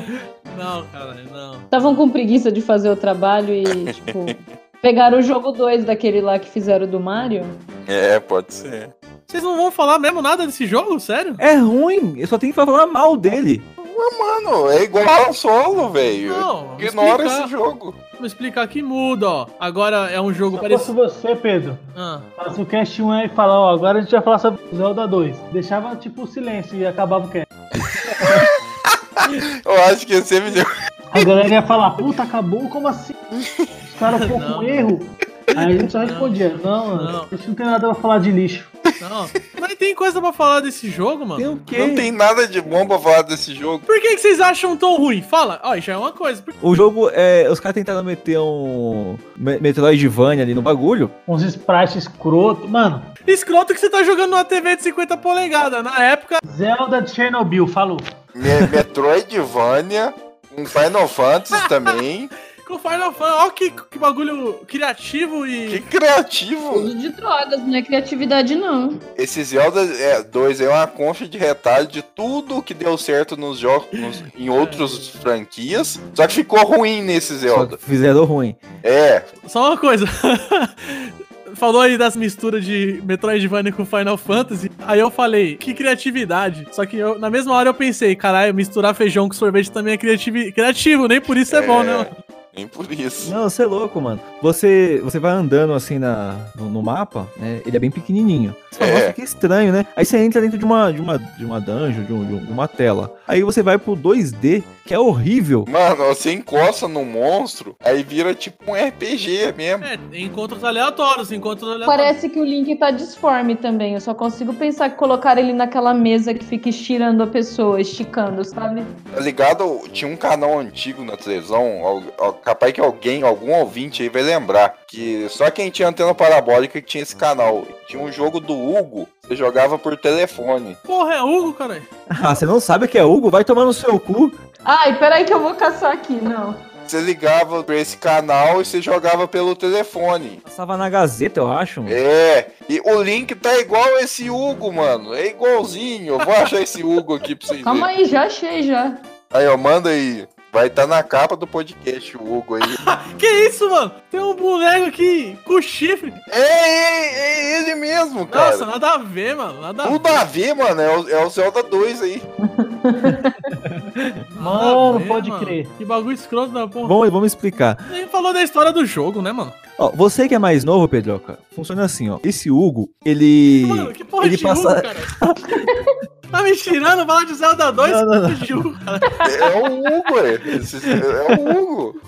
Não, cara, não.
Estavam com preguiça de fazer o trabalho e, tipo, pegaram o jogo 2 daquele lá que fizeram do Mario.
É, pode ser.
Vocês não vão falar mesmo nada desse jogo? Sério?
É ruim, eu só tenho que falar mal dele.
Mano, é igual Han Solo, velho.
Não, vou
Ignora
explicar.
esse jogo.
Vou explicar que muda, ó. Agora é um jogo
Se eu fosse
parecido.
você, Pedro,
Ah,
faz o cast 1 aí e fala, ó, agora a gente vai falar sobre o Zelda 2. Deixava, tipo, o silêncio e acabava o cast.
Eu acho que você me deu.
A galera ia falar, puta, acabou, como assim? Os caras pô,
Não.
com erro. Aí a gente só respondia, não,
Não.
não, isso não tem nada pra falar de lixo.
Não, mas tem coisa pra falar desse jogo, mano.
Tem o quê?
Não tem nada de bom pra falar desse jogo.
Por que, que vocês acham tão ruim? Fala. Ó, já é uma coisa. Por-
O jogo é. Os caras tentaram meter um. Me- Metroidvania ali no bagulho.
Uns sprites escroto. Mano,
Escroto que você tá jogando numa TV de 50 polegadas. Na época,
Zelda de Chernobyl, falou.
Me- Metroidvania, um Final Fantasy também.
com Final Fantasy, ó que, que bagulho criativo
Que
e...
criativo!
Uso de drogas, não é criatividade, não.
Esse Zelda 2 é uma concha de retalho de tudo que deu certo nos jogos nos- em outras franquias. Só que ficou ruim nesse
Só
Zelda.
que fizeram ruim.
É,
Só uma coisa. Falou aí das misturas de Metroidvania com Final Fantasy. Aí eu falei, que criatividade. Só que eu- na mesma hora eu pensei, caralho, misturar feijão com sorvete também é criativi- criativo, nem por isso é,
É.
bom, né? mano?
nem por isso.
Não, você é louco, mano. Você, você vai andando assim na, no, no mapa, né? Ele é bem pequenininho. Você fala,
É.
nossa, que estranho, né? Aí você entra dentro de uma, de uma, de uma dungeon, de, um- de um- uma tela. Aí você vai pro 2D, que é horrível.
Mano, você encosta num monstro, aí vira tipo um RPG mesmo.
É, tem encontros aleatórios, encontros aleatórios.
Parece que o Link tá disforme também. Eu só consigo pensar que colocar ele naquela mesa que fica estirando a pessoa, esticando, sabe?
Tá ligado? Tinha um canal antigo na televisão, al- al- capaz que alguém, algum ouvinte aí vai lembrar, que só quem tinha antena parabólica que tinha esse canal. Tinha um jogo do Hugo, você jogava por telefone.
Porra, é Hugo, caralho.
Ah, você não sabe o que é Hugo? Vai tomar no seu cu.
Ai, peraí que eu vou caçar aqui, não.
Você ligava pra esse canal e você jogava pelo telefone.
Passava na Gazeta, eu acho, mano.
É, e o link tá igual esse Hugo, mano. É igualzinho. Eu vou achar esse Hugo aqui pra vocês
Calma
verem.
aí, já achei já.
Aí, ó, manda aí. Vai tá na capa do podcast o Hugo aí.
Que isso, mano? Tem um boneco aqui com chifre.
é, é, é ele mesmo, cara.
Nossa, nada a ver, mano. Nada a ver.
Tudo a ver, mano. É o, é o Zelda 2 aí.
nada a
Mano,
ver,
pode crer.
Que bagulho escroto da porra.
Bom, vamos explicar.
Nem falou da história do jogo, né, mano?
Ó, você que é mais novo, Pedroca, funciona assim, ó. Esse Hugo, ele.
Mano, que porra
ele
de
passa-
Hugo, cara? tá me tirando falar de Zelda 2
Não, não, não.
de Hugo, cara.
É o Hugo, é. Esse- é o Hugo.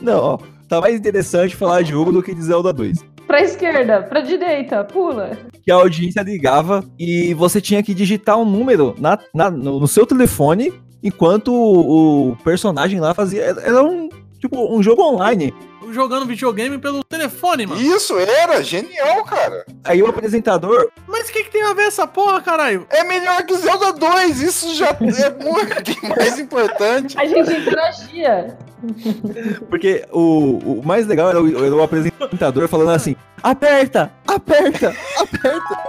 Não, ó. Tá mais interessante falar de Hugo do que de Zelda 2.
Pra esquerda, pra direita, pula.
que a audiência ligava e você tinha que digitar um número na, na- no, no seu telefone enquanto o, o personagem lá fazia. Era era um tipo um jogo online.
Jogando videogame pelo telefone, mano.
Isso era genial, cara.
Aí o apresentador.
Mas o que, que tem a ver essa porra, caralho?
É melhor que Zelda 2. Isso já é muito mais importante.
A gente interagia.
Porque o, o mais legal era o, era o apresentador falando assim: aperta, aperta, aperta.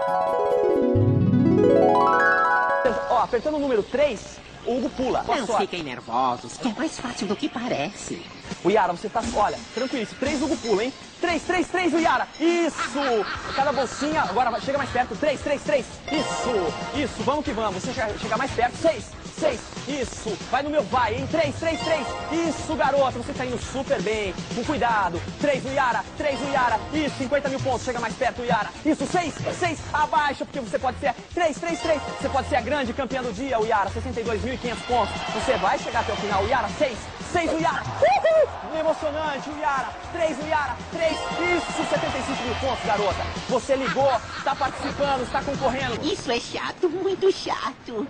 Ó, apertando o número 3, o Hugo pula. Olha
Não
só.
fiquem nervosos, é mais fácil do que parece.
O Yara, você tá. Olha, tranquilo, 3 Hugo pula, hein? 3, 3, 3, o Yara. Isso! Cada bolsinha, agora vai- chega mais perto. 3, 3, 3. Isso! Isso, vamos que vamos. Você chega, chega mais perto. 6, 6. Isso! Vai no meu vai, hein? 3, 3, 3. Isso, garoto, você tá indo super bem. Com cuidado. 3, o Yara. 3, o Yara. Isso, 50 mil pontos. Chega mais perto, o Yara. Isso, 6, 6. Abaixa, porque você pode ser. 3, 3, 3. Você pode ser a grande campeã do dia, o Yara. 62.500 pontos. Você vai chegar até o final, o Yara. 6, 6 o Yara. Uhul! Emocionante, o Yara. 3 o Yara. 3. Isso, 75 mil pontos, garota. Você ligou, tá participando, está concorrendo.
Isso é chato, muito chato.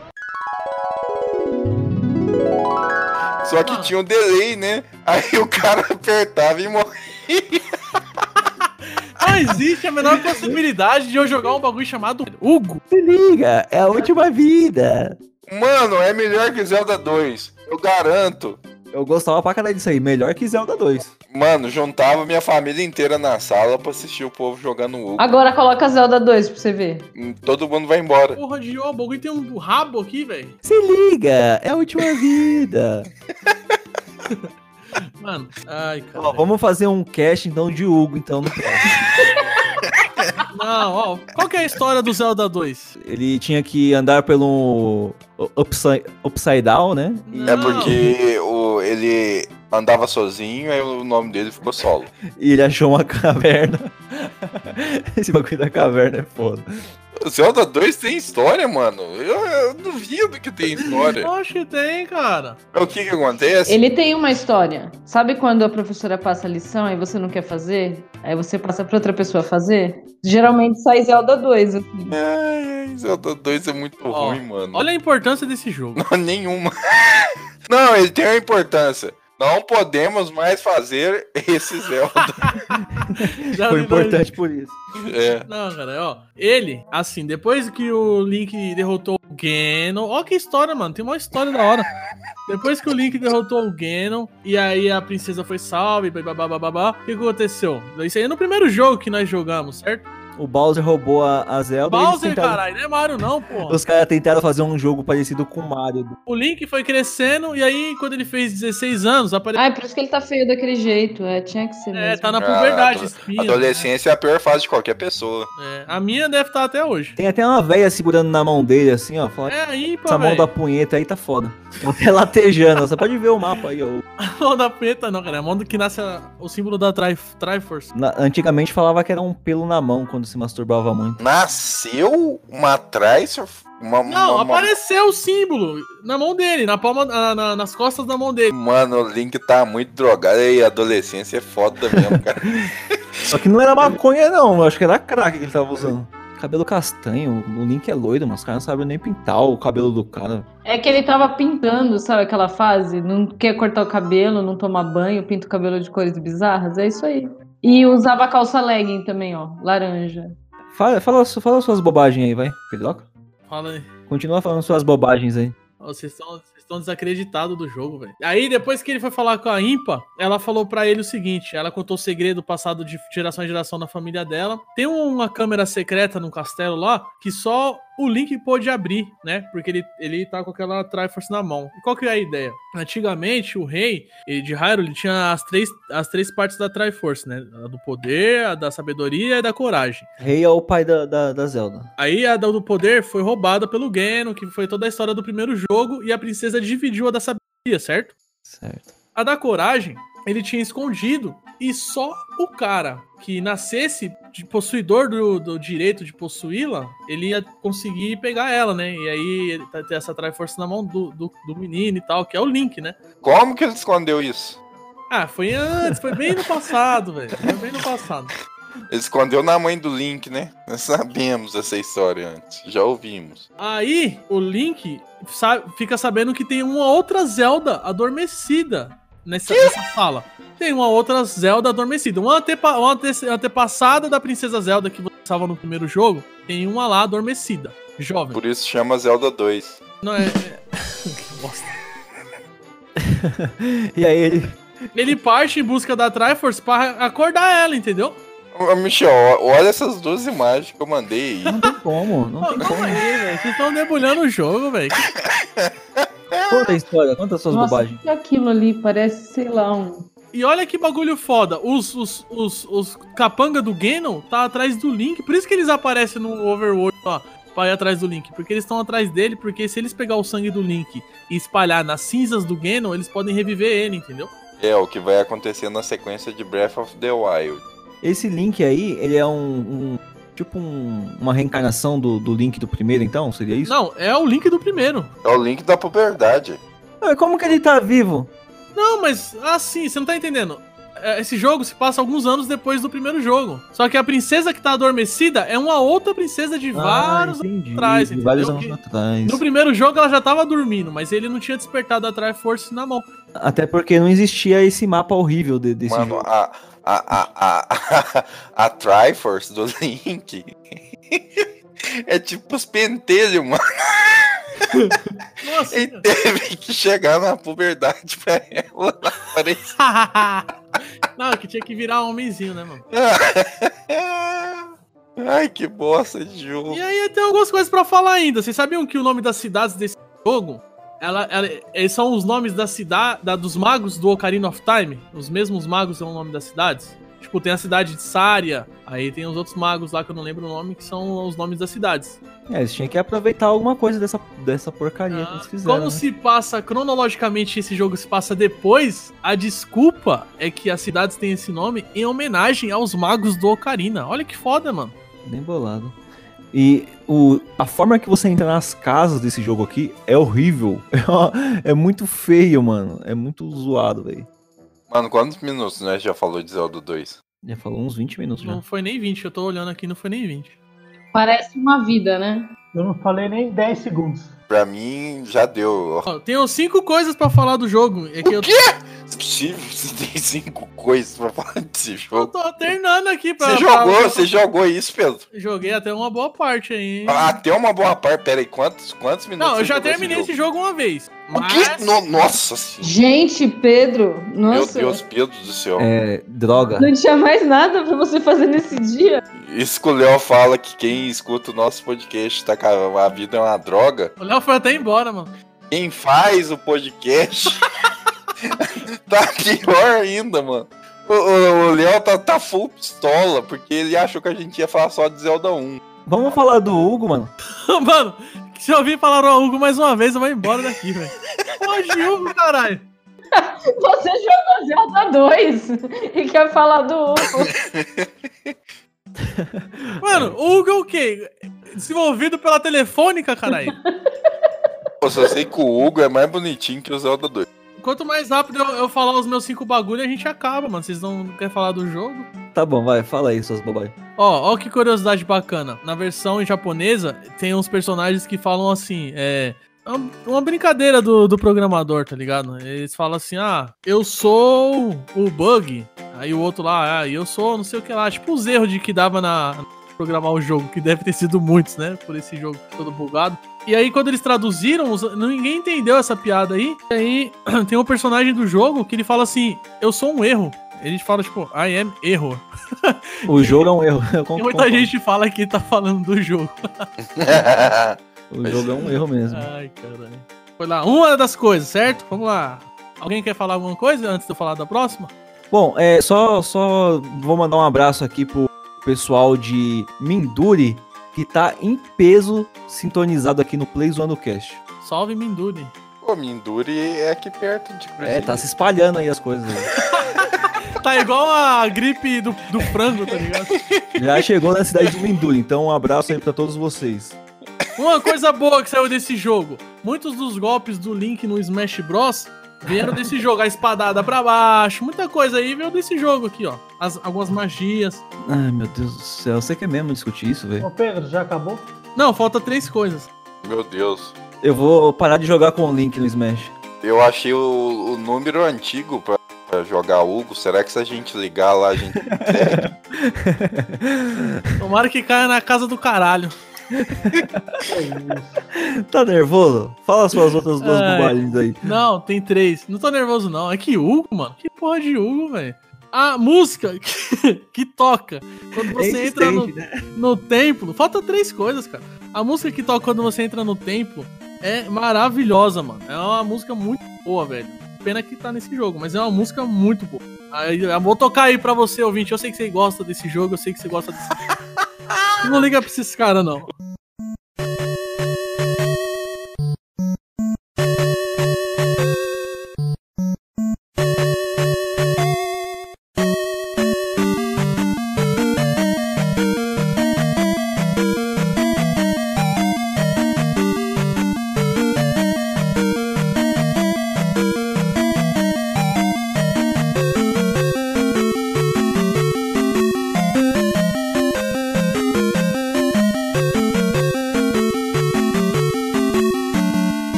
Só que tinha um delay, né? Aí o cara apertava e morria.
Não Ah, existe a menor possibilidade de eu jogar um bagulho chamado Hugo.
Se liga, é a última vida.
Mano, é melhor que Zelda 2. Eu garanto.
Eu gostava pra caralho disso aí, melhor que Zelda 2.
Mano, juntava minha família inteira na sala pra assistir o povo jogando Hugo.
Agora coloca Zelda 2 pra você ver.
Todo mundo vai embora.
Porra de ó, o bagulho tem um rabo aqui, velho.
Se liga, é a última vida.
Mano, ai,
Ó,
cara.
vamos fazer um cast então de Hugo, então, no
Não, ó, qual que é a história do Zelda 2?
Ele tinha que andar pelo upside, upside down, né?
É
Não.
porque o, ele andava sozinho, aí o nome dele ficou solo.
E ele achou uma caverna. Esse bagulho da caverna é foda.
Zelda 2 tem história, mano. Eu, eu duvido que tem
É.
história. É
Acho que tem, cara.
o que que acontece?
Ele tem uma história. Sabe quando a professora passa a lição e você não quer fazer? Aí você passa pra outra pessoa fazer? Geralmente sai Zelda 2. assim.
Ai, ai, Zelda 2 é muito
Ó,
ruim, mano.
Olha a importância desse jogo.
Não, nenhuma. Não, ele tem uma importância. Não podemos mais fazer esse Zelda.
Já
Foi
me dou-
importante por isso.
é.
Não, cara, ó. Ele, assim, depois que o Link derrotou o Ganon. Ó, que história, mano. Tem uma história da hora. Depois que o Link derrotou o Ganon, e aí a princesa foi salve, babá, babá, o que aconteceu? Isso aí é no primeiro jogo que nós jogamos, certo?
O Bowser roubou a, a Zelda. e Tá eles
Bowser,
tentaram-
caralho, não é Mario, não, porra.
Os caras tentaram fazer um jogo parecido com o Mario.
O Link foi crescendo, e aí, quando ele fez 16 anos, apareceu.
Ah, é por isso que ele tá feio daquele jeito. É, tinha que ser
É,
mesmo.
tá na
Ah,
puberdade,
ado-
espinha.
Adolescência é a pior fase de qualquer pessoa.
né? É, a minha deve estar até hoje.
Tem até uma velha segurando na mão dele, assim, ó. Falando,
É aí, pô,
essa mão
velho.
da punheta aí tá foda. Tá até latejando. Você pode ver o mapa aí, ó.
mão da preta, não, cara. É a mão do que nasce a- o símbolo da Tri- Triforce.
Na- antigamente falava que era um pelo na mão quando se masturbava muito.
Nasceu uma traição.
Não,
Uma, uma- uma-
apareceu o símbolo na mão dele, na palma, na- na- nas costas da mão dele.
Mano, o Link tá muito drogado e adolescência é foda mesmo, cara.
Só que não era maconha, não. Eu acho que era crack que ele tava usando. Cabelo castanho, o Link é loiro, mas os caras não sabem nem pintar o cabelo do cara.
É que ele tava pintando, sabe aquela fase? Não quer cortar o cabelo, não toma banho, pinta o cabelo de cores bizarras. É isso aí. E usava calça legging também, ó. Laranja.
Fala, fala, su- fala suas bobagens aí, vai. Pedroca.
Fala aí.
Continua falando suas bobagens aí.
Ó, Vocês estão vocês estão desacreditados do jogo, velho. Aí, depois que ele foi falar com a Impa, ela falou pra ele o seguinte: ela contou o segredo passado de geração em geração na família dela. Tem uma câmera secreta no castelo lá que só o Link pôde abrir, né? Porque ele, ele tá com aquela Triforce na mão. E qual que é a ideia? Antigamente, o rei eh, de Hyrule tinha as três, as três partes da Triforce, né? A do poder, a da sabedoria e a da coragem.
Rei é o pai da, da, da Zelda.
Aí a da do poder foi roubada pelo Ganon, que foi toda a história do primeiro jogo, e a princesa dividiu a da sabedoria, certo?
Certo.
A da coragem, ele tinha escondido, e só o cara que nascesse de possuidor do, do direito de possuí-la, ele ia conseguir pegar ela, né? E aí ele tá- ter essa Triforce na mão do, do, do menino e tal, que é o Link, né?
Como que ele escondeu isso?
Ah, foi antes, foi bem no passado, velho. Foi bem no passado.
Ele escondeu na mãe do Link, né? Nós sabemos essa história antes, já ouvimos.
Aí o Link sa- fica sabendo que tem uma outra Zelda adormecida nessa, nessa sala. Tem uma outra Zelda adormecida. Uma, antepa- uma ante- antepassada da Princesa Zelda que você salva no primeiro jogo. Tem uma lá adormecida. Jovem.
Por isso chama Zelda 2.
Não é. é- Que bosta.
E aí ele.
Ele parte em busca da Triforce pra acordar ela, entendeu?
Ô, Michel, ó- olha essas duas imagens que eu mandei aí.
Não tem como, não é. tem
Ô,
como.
calma aí, velho. é. Vocês estão debulhando o jogo, velho.
Conta a história, conta suas
Nossa,
bobagens.
o que é aquilo ali? Parece, sei lá, um.
E olha que bagulho foda. Os, os, os, os capanga do Ganon tá atrás do Link. Por isso que eles aparecem no Overworld lá. Pra ir atrás do Link. Porque eles estão atrás dele. Porque se eles pegar o sangue do Link e espalhar nas cinzas do Ganon, eles podem reviver ele, entendeu?
É o que vai acontecer na sequência de Breath of the Wild.
Esse Link aí, ele é um. um- tipo um- uma reencarnação do, do Link do primeiro, então? Seria isso?
Não, é o Link do primeiro.
É o Link da puberdade.
Ah, Como que ele tá vivo?
Não, mas assim, você não tá entendendo. É, Esse jogo se passa alguns anos depois do primeiro jogo. Só que a princesa que tá adormecida é uma outra princesa de vários
ah, entendi.
atrás,
de vários
entendeu?
anos atrás.
No primeiro jogo ela já tava dormindo, mas ele não tinha despertado a Triforce na mão.
Até porque não existia esse mapa horrível de- desse
Mano,
jogo.
a, a, a, a, a, Triforce do Link é tipo os pentelhos, mano.
Nossa,
Então,
Ele teve que chegar na puberdade pra ela aparecer.
Não, que tinha que virar homenzinho, né, mano?
Ai, que bosta de jogo.
E aí tem algumas coisas pra falar ainda. Vocês sabiam que o nome das cidades desse jogo ela, ela- eh, são os nomes da cidade da- dos magos do Ocarina of Time? Os mesmos magos são o nome das cidades? Tipo, tem a cidade de Saria, aí tem os outros magos lá que eu não lembro o nome, que são os nomes das cidades.
É, eles tinham que aproveitar alguma coisa dessa, dessa porcaria que
Ah,
eles fizeram.
como
né?
se passa cronologicamente esse jogo se passa depois, a desculpa é que as cidades têm esse nome em homenagem aos magos do Ocarina. Olha que foda, mano.
Bem bolado. E o, a forma que você entra nas casas desse jogo aqui é horrível. É, uma- é muito feio, mano. É muito zoado, velho.
Mano, quantos minutos nós já falou de Zelda 2?
Já falou uns 20 minutos né? já.
Né?
Não foi nem 20, eu tô olhando aqui, não foi nem 20.
Parece uma vida, né?
Eu não falei nem 10 segundos.
Pra mim, já deu.
Ó, tenho cinco coisas pra falar do jogo. É que eu,
Impossível, você tem cinco coisas pra falar desse
eu
jogo.
tô alternando aqui pra.
Você
pra-
jogou, você jogou isso, Pedro.
Joguei até uma boa parte aí. hein?
Ah, Até uma boa parte. Pera aí, quantos, quantos minutos?
não, eu
você
já
jogou
terminei esse jogo uma vez.
O quê?
Mas...
No- nossa senhora.
Gente, Pedro,
Meu
nossa,
Deus, Pedro do céu.
É, droga.
não tinha mais nada pra você fazer nesse dia.
Isso que o Léo fala que quem escuta o nosso podcast tá com a, a vida é uma droga.
O Léo foi até embora, mano.
Quem faz o podcast tá pior ainda, mano. O- O o Léo tá, tá full pistola, porque ele achou que a gente ia falar só de Zelda 1.
Vamos falar do Hugo, mano.
mano, se eu ouvir falar o Hugo mais uma vez, eu vou embora daqui, velho. Hoje, Hugo, caralho.
Você jogou Zelda 2 e quer falar do Hugo.
Mano, o Hugo é o quê? Desenvolvido pela Telefônica, caralho.
Eu só sei que o Hugo é mais bonitinho que o Zelda 2.
Quanto mais rápido eu, eu falar os meus cinco bagulho, a gente acaba, mano. Vocês não querem falar do jogo?
Tá bom, vai, fala aí suas bobagens.
Ó, ó que curiosidade bacana. Na versão japonesa, tem uns personagens que falam assim, é... é um- Uma brincadeira do, do programador, tá ligado? Eles falam assim, ah, eu sou o Bug. Aí o outro lá, ah, eu sou não sei o que lá. Tipo os erros de que dava na... Programar o jogo, que deve ter sido muitos, né? Por esse jogo todo bugado. E aí, quando eles traduziram, os- ninguém entendeu essa piada aí. E aí, tem um personagem do jogo que ele fala assim: Eu sou um erro. Ele fala, tipo, I am erro.
O jogo é um erro. Eu
E
concordo.
muita gente fala que tá falando do jogo.
O jogo é um erro mesmo.
Ai, caralho. Foi lá, uma das coisas, certo? Vamos lá. Alguém quer falar alguma coisa antes de eu falar da próxima?
Bom, é, só, só vou mandar um abraço aqui pro pessoal de Minduri, que tá em peso sintonizado aqui no Play Zoando Cast.
Salve Minduri.
Pô, Minduri é aqui perto
É,
de Curitiba.
tá se espalhando aí as coisas. né?
Tá igual a gripe do, do frango, tá ligado?
Já chegou na cidade de Minduri, então um abraço aí pra todos vocês.
Uma coisa boa que saiu desse jogo: muitos dos golpes do Link no Smash Bros. vieram desse jogo. A espadada pra baixo, muita coisa aí veio desse jogo aqui, ó. As- algumas magias.
Ai, meu Deus do céu, você quer mesmo discutir isso, velho?
Ô Pedro, já acabou?
Não, falta três coisas.
Meu Deus.
Eu vou parar de jogar com o Link no Smash.
Eu achei o, o número antigo pra, pra jogar Hugo. Será que se a gente ligar lá, a gente.
Tomara que caia na casa do caralho.
É isso.
Tá nervoso? Fala suas outras duas
Ai.
bobagens aí.
Não, tem três. Não tô nervoso, não. É que Hugo, mano. Que porra de Hugo, velho. A música que, que toca quando você
É
entra no,
insistente, né?
no templo. Falta três coisas, cara. A música que toca quando você entra no templo é maravilhosa, mano. É uma música muito boa, velho. Pena que tá nesse jogo, mas é uma música muito boa. Aí, eu vou tocar aí pra você, ouvinte. Eu sei que você gosta desse jogo, eu sei que você gosta desse jogo. Não liga pra esses caras, não.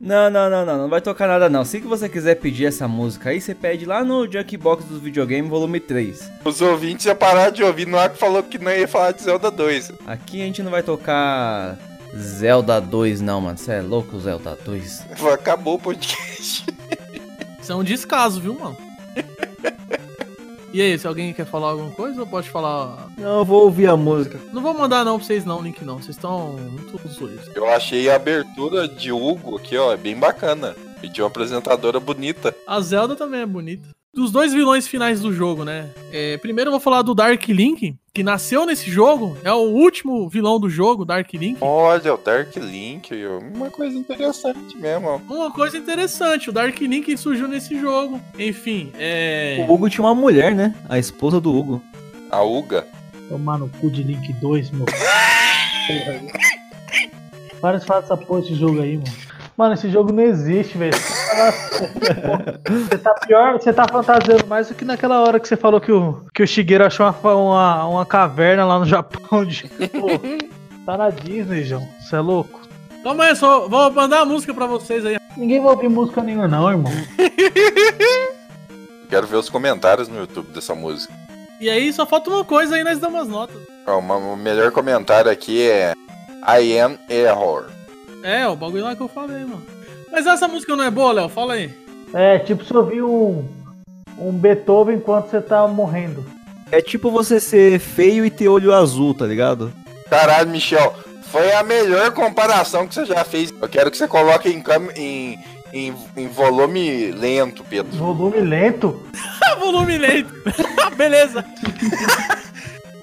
Não, não, não, não, não vai tocar nada não. Se que você quiser pedir essa música aí, você pede lá no Junkbox do videogame, volume 3.
Os ouvintes iam parar de ouvir. No ar que falou que não ia falar de Zelda 2.
Aqui a gente não vai tocar Zelda 2 não, mano. Você é louco, Zelda 2.
Acabou o podcast.
Isso é um descaso, viu, mano? E aí, se alguém quer falar alguma coisa, eu posso falar.
Não, eu vou ouvir a música.
Não vou mandar não pra vocês não, link não. Vocês estão muito zoeiros.
Eu achei a abertura de Hugo aqui, ó. É bem bacana. E de uma apresentadora bonita.
A Zelda também é bonita. Dos dois vilões finais do jogo, né? É, primeiro eu vou falar do Dark Link, que nasceu nesse jogo. É o último vilão do jogo, Dark Link.
Olha, o Dark Link. ó, Uma coisa interessante mesmo. ó.
Uma coisa interessante, o Dark Link surgiu nesse jogo. Enfim, é...
O Hugo tinha uma mulher, né? A esposa do Hugo.
A Uga.
Tomar no cu de Link 2, meu. Para de falar dessa porra desse jogo aí, mano. Mano, esse jogo não existe, velho. Você tá pior, você tá fantasiando mais do que naquela hora que você falou que o, que o Shigeru achou uma, fa- uma, uma caverna lá no Japão. De, pô, tá na Disney, João. Você é louco.
Calma aí, só vou mandar a música pra vocês aí.
Ninguém vai ouvir música nenhuma, não, irmão.
Quero ver os comentários no YouTube dessa música.
E aí só falta uma coisa aí, nós damos as notas.
Ó, uma- o melhor comentário aqui é I am error.
É, o bagulho lá que eu falei, mano. Mas essa música não é boa, Léo? Fala aí.
É, tipo se ouvir um, um Beethoven enquanto você tá morrendo.
É tipo você ser feio e ter olho azul, tá ligado?
Caralho, Michel, foi a melhor comparação que você já fez. Eu quero que você coloque em, cam- em, em, em volume lento, Pedro.
Volume lento.
Tá Volume lento. Beleza.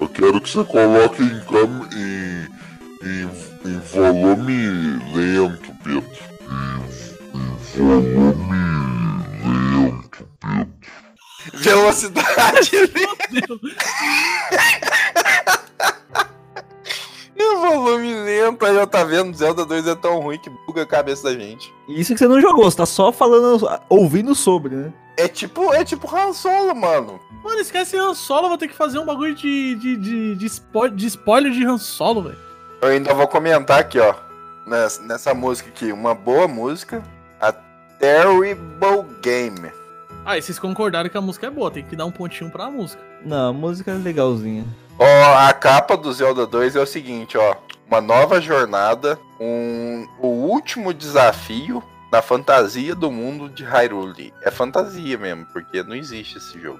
Eu quero que você coloque em cam... em... em, em volume lento, Pedro. Em, em volume lento, Pedro.
Velocidade lenta. E o volume lento, aí eu tá vendo, Zelda 2 é tão ruim que buga a cabeça da gente.
E Isso que você não jogou, você tá só falando, ouvindo sobre, né?
É tipo, é tipo Han Solo, mano.
Mano, esquece Han Solo, vou ter que fazer um bagulho de, de, de, de, spo- de spoiler de Han Solo, velho.
Eu ainda vou comentar aqui, ó. Nessa, nessa música aqui, uma boa música. A Terrible Game.
Ah, e vocês concordaram que a música é boa, tem que dar um pontinho pra música.
Não, a música é legalzinha.
Ó, a capa do Zelda 2 é o seguinte, ó. Uma nova jornada, um, o último desafio na fantasia do mundo de Hyrule. É fantasia mesmo, porque não existe esse jogo.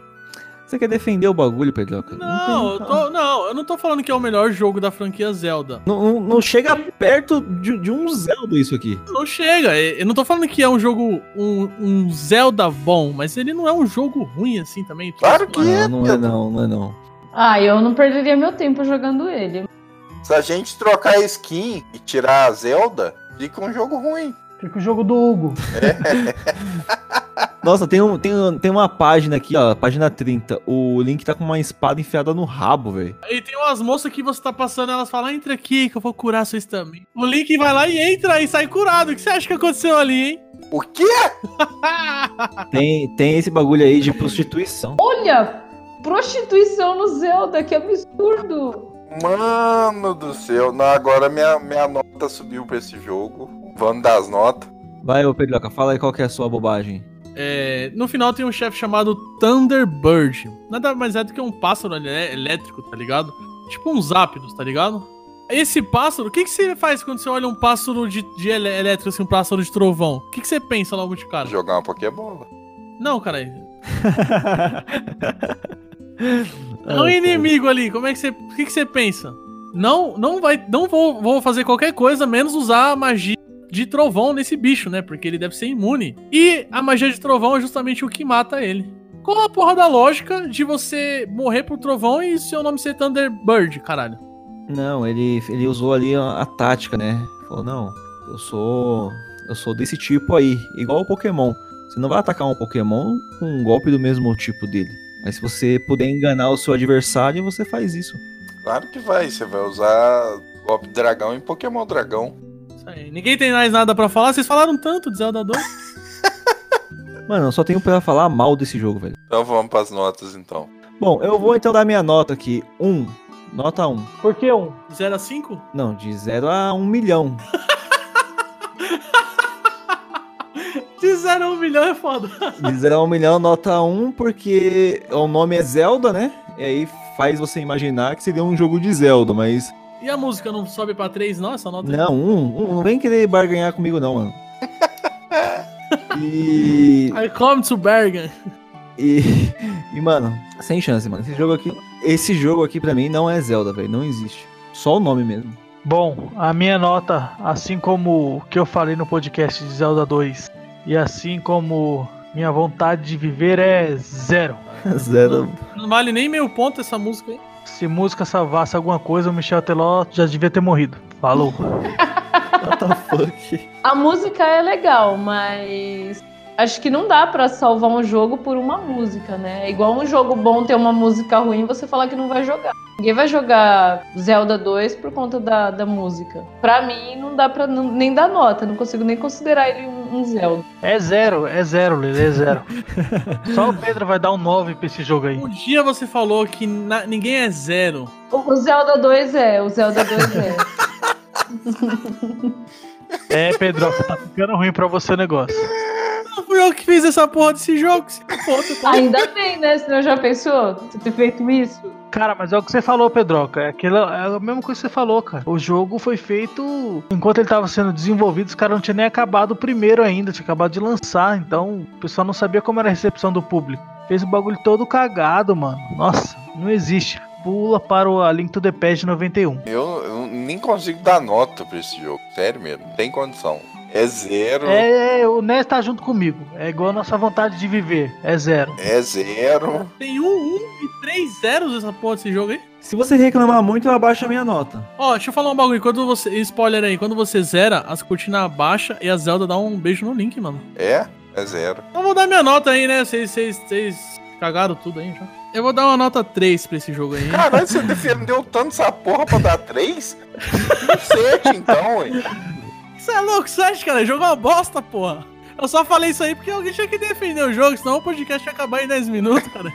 Você quer defender o bagulho, Pedroca?
Não, eu
tem-
tô, não, eu não tô falando que é o melhor jogo da franquia Zelda.
Não, não- não chega perto de, de um Zelda isso aqui.
Não chega, é- eu não tô falando que é um jogo, um, um Zelda bom, mas ele não é um jogo ruim assim também.
Claro que é,
Não, não é
Pedro.
não, não é não.
Ah, eu não perderia meu tempo jogando ele.
Se a gente trocar a skin e tirar a Zelda, fica um jogo ruim.
Fica o jogo do Hugo.
Nossa, tem, um, tem, um- tem uma página aqui, ó, página 30. O Link tá com uma espada enfiada no rabo, velho.
E tem umas moças que você tá passando, elas falam, entra aqui que eu vou curar sua estamina. O Link vai lá e entra e sai curado. O que você acha que aconteceu ali, hein?
O quê?
Tem, tem esse bagulho aí de prostituição.
Olha, prostituição no Zelda, que absurdo.
Mano do céu. Não, agora minha, minha nota subiu pra esse jogo. Vamos dar as notas.
Vai, ô Pedroca, fala aí qual que é a sua bobagem.
É, no final tem um chefe chamado Thunderbird. Nada mais é do que um pássaro elé- elétrico, tá ligado? Tipo uns Zapdos, tá ligado? Esse pássaro, o que, que você faz quando você olha um pássaro de, de elé- elétrico, assim, um pássaro de trovão? O que, que você pensa logo de cara?
Jogar uma Pokébola.
Não, cara. É um inimigo ali, como é que você. O que, que você pensa? Não, não vai. Não vou, vou fazer qualquer coisa, menos usar a magia de trovão nesse bicho, né? Porque ele deve ser imune. E a magia de trovão é justamente o que mata ele. Qual a porra da lógica de você morrer pro trovão e seu nome ser Thunderbird, caralho?
Não, ele, ele usou ali a, a tática, né? Falou, não, eu sou. Eu sou desse tipo aí, igual o Pokémon. Você não vai atacar um Pokémon com um golpe do mesmo tipo dele. Mas se você puder enganar o seu adversário, você faz isso.
Claro que vai. Você vai usar golpe dragão em Pokémon Dragão.
Isso aí. Ninguém tem mais nada pra falar. Vocês falaram tanto de Zelda 2?
Mano, eu só tenho pra falar mal desse jogo, velho.
Então vamos pras notas então.
Bom, eu vou então dar minha nota aqui. Um. Nota 1. Um.
Por que um?
0 a 5?
Não, de 0 a 1 um milhão.
De 0 a 1 milhão é foda.
De 0 a 1 um milhão, nota 1, um, porque o nome é Zelda, né? E aí faz você imaginar que seria um jogo de Zelda, mas
E a música não sobe pra 3, não? Essa nota?
Não, um, um, não vem querer barganhar comigo, não, mano. E,
I come to Bergen.
e. E, mano, sem chance, mano. Esse jogo aqui. Esse jogo aqui pra mim não é Zelda, velho. Não existe. Só o nome mesmo.
Bom, a minha nota, assim como o que eu falei no podcast de Zelda 2, e assim como minha vontade de viver é zero.
Zelda.
Não vale nem meio ponto essa música aí.
Se música salvasse alguma coisa, o Michel Teló já devia ter morrido. Falou.
What the fuck?
A música é legal, mas Acho que não dá pra salvar um jogo por uma música, né? É igual um jogo bom ter uma música ruim você falar que não vai jogar. Ninguém vai jogar Zelda 2 por conta da, da música. Pra mim, não dá pra não- nem dar nota, não consigo nem considerar ele um, um Zelda.
É zero, é zero, Lele, é zero. Só o Pedro vai dar um 9 pra esse jogo aí.
Um dia você falou que na- ninguém é zero.
O, o Zelda 2 é, o Zelda 2 é.
É, Pedro, tá ficando ruim pra você o negócio.
Não fui eu que fiz essa porra desse jogo. que se foda, tá?
Ainda bem, né? Senão já pensou? Tu ter feito isso?
Cara, mas é o que você falou, Pedroca. É, aquilo, é a mesma coisa que você falou, cara. O jogo foi feito. Enquanto ele tava sendo desenvolvido, os caras não tinham nem acabado o primeiro ainda, tinha acabado de lançar. Então o pessoal não sabia como era a recepção do público. Fez o bagulho todo cagado, mano. Nossa, não existe. Pula para o A Link to the Past 91.
Eu, eu nem consigo dar nota pra esse jogo. Sério mesmo, não tem condição. É zero, é,
É, é, o Ness tá junto comigo. É igual a nossa vontade de viver. É zero.
zero.
Tem um, um e três zeros essa porra desse jogo aí.
Se você reclamar muito, eu abaixo a minha nota.
Ó, deixa eu falar um bagulho. Quando você. Spoiler aí, quando você zera, as cortinas abaixam e a Zelda dá um beijo no link, mano.
É? É zero.
Então vou dar minha nota aí, né? Vocês- Vocês vocês cagaram tudo aí já. Eu vou dar uma nota 3 pra esse jogo aí.
Caralho, você defendeu tanto essa porra pra dar três? Não sei, então, ué.
Você é louco, você acha, cara? Jogo é uma bosta, porra. Eu só falei isso aí porque alguém tinha que defender o jogo, senão o podcast ia acabar em 10 minutos, cara.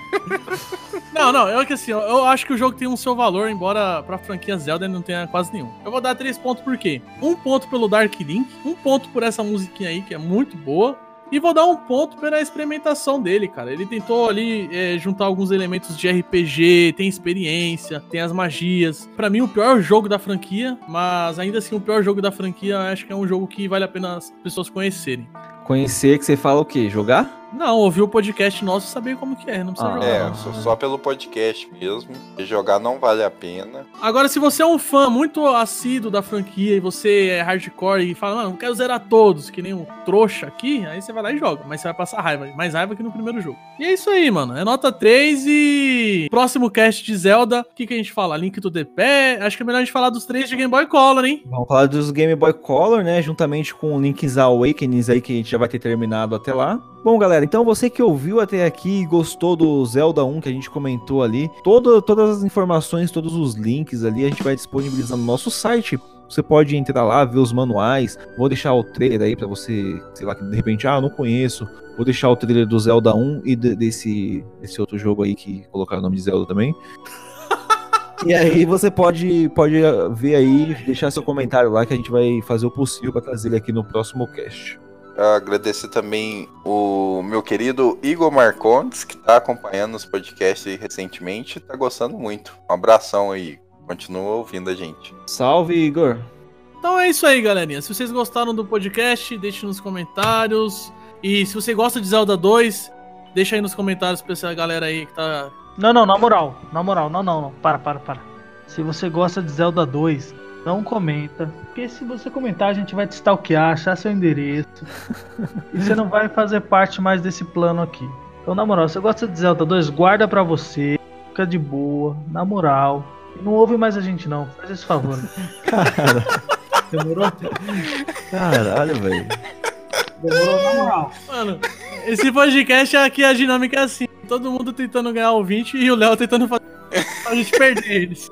não, não, eu que assim, eu, eu acho que o jogo tem um seu valor, embora pra franquia Zelda ele não tenha quase nenhum. Eu vou dar 3 pontos por quê? Um ponto pelo Dark Link, um ponto por essa musiquinha aí, que é muito boa. E vou dar um ponto pela experimentação dele, cara. Ele tentou ali é, juntar alguns elementos de RPG, tem experiência, tem as magias. Pra mim, o pior jogo da franquia, mas ainda assim, o pior jogo da franquia, eu acho que é um jogo que vale a pena as pessoas conhecerem.
Conhecer que você fala o quê? Jogar?
Não, ouvir o podcast nosso e saber como que é, não precisa
Ah.
jogar.
É, só, só pelo podcast mesmo. E jogar não vale a pena.
Agora, se você é um fã muito assíduo da franquia e você é hardcore e fala, mano, eu quero zerar todos, que nem um trouxa aqui, aí você vai lá e joga, mas você vai passar raiva, mais raiva que no primeiro jogo. E é isso aí, mano. É nota 3 e. Próximo cast de Zelda, o que, que a gente fala? Link do DP? Acho que é melhor a gente falar dos três de Game Boy Color, hein?
Vamos falar dos Game Boy Color, né? Juntamente com o Link's Awakenings aí, que a gente já vai ter terminado até lá. Bom, galera, então você que ouviu até aqui e gostou do Zelda 1 que a gente comentou ali, todo- todas as informações, todos os links ali, a gente vai disponibilizar no nosso site. Você pode entrar lá, ver os manuais. Vou deixar o trailer aí pra você, sei lá, que de repente, ah, eu não conheço. Vou deixar o trailer do Zelda 1 e de- desse, desse outro jogo aí que colocaram o nome de Zelda também. E aí você pode, pode ah, ver aí, deixar seu comentário lá que a gente vai fazer o possível pra trazer ele aqui no próximo cast.
Agradecer também o meu querido Igor Marcondes, que tá acompanhando os podcasts aí recentemente e tá gostando muito. Um abração aí. Continua ouvindo a gente.
Salve, Igor!
Então é isso aí, galerinha. Se vocês gostaram do podcast, deixe nos comentários. E se você gosta de Zelda 2, deixa aí nos comentários pra essa galera aí que tá.
Não, não, na moral. Na moral, não, não, não. Para, para, para. Se você gosta de Zelda 2, não comenta. Porque se você comentar, a gente vai te stalkear, achar seu endereço. e você não vai fazer parte mais desse plano aqui. Então, na moral, se você gosta de Zelda 2, guarda pra você. Fica de boa, na moral. E não ouve mais a gente, não. Faz esse favor. Demorou?
Caralho, velho.
Demorou, na moral.
Mano, esse podcast aqui a dinâmica é assim. Todo mundo tentando ganhar ouvinte e o Léo tentando fazer a gente perder eles.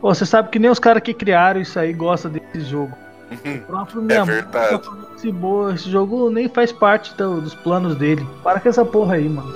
Pô, você sabe que nem os caras que criaram isso aí gostam desse jogo. O próprio minha
É
mãe
verdade.
Esse, bo- esse jogo nem faz parte do- dos planos dele. Para com essa porra aí, mano.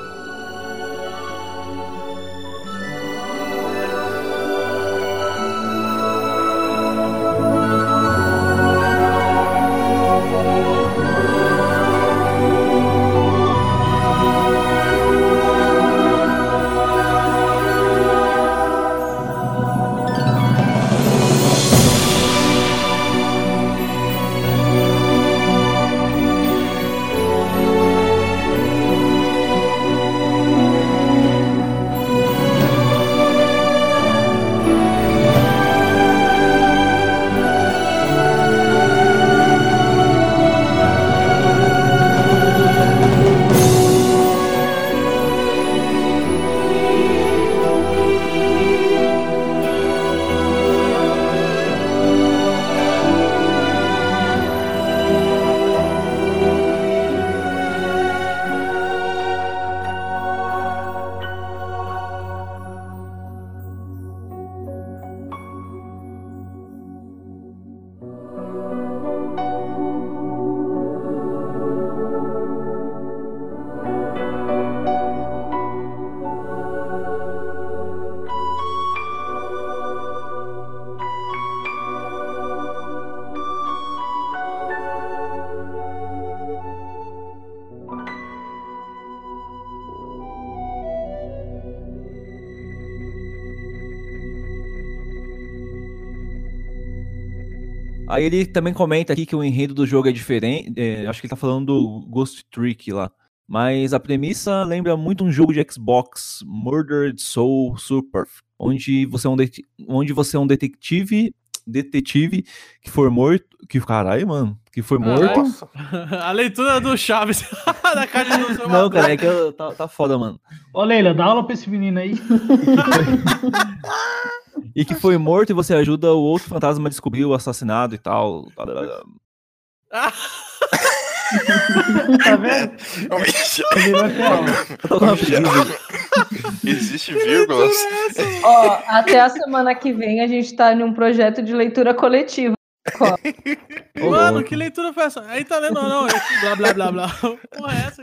Aí ele também comenta aqui que o enredo do jogo é diferente. é, acho que ele tá falando do Ghost Trick lá. Mas a premissa lembra muito um jogo de Xbox, Murdered Soul Super, onde você é um, deti- onde você é um detetive, detetive que foi morto, que caralho, mano, que foi morto.
é?
A leitura do Chaves da carne do seu
Não, cara, é que eu- tá, tá foda, mano.
Ô, Leila, dá aula pra esse menino aí.
E que foi morto e você ajuda o outro fantasma a descobrir o assassinato e tal.
tá vendo?
Ô, Michel,
Ele vai ter aula.
Eu tô com uma preguiça.
Existe vírgulas.
Ó, até a semana que vem a gente tá em um projeto de leitura coletiva. Ó,
Ô,
Mano,
louco.
que leitura foi essa? Aí tá lendo, não, não, eu- blá blá blá blá. Porra, é essa?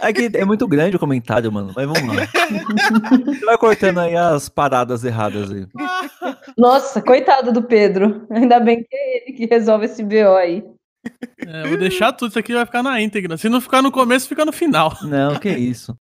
É que é muito grande o comentário, mano. Mas vamos lá. Você vai cortando aí as paradas erradas aí.
Nossa, coitado do Pedro. Ainda bem que é ele que resolve esse BO aí.
É, eu vou deixar tudo, isso aqui vai ficar na íntegra. Se não ficar no começo, fica no final.
Não, que isso.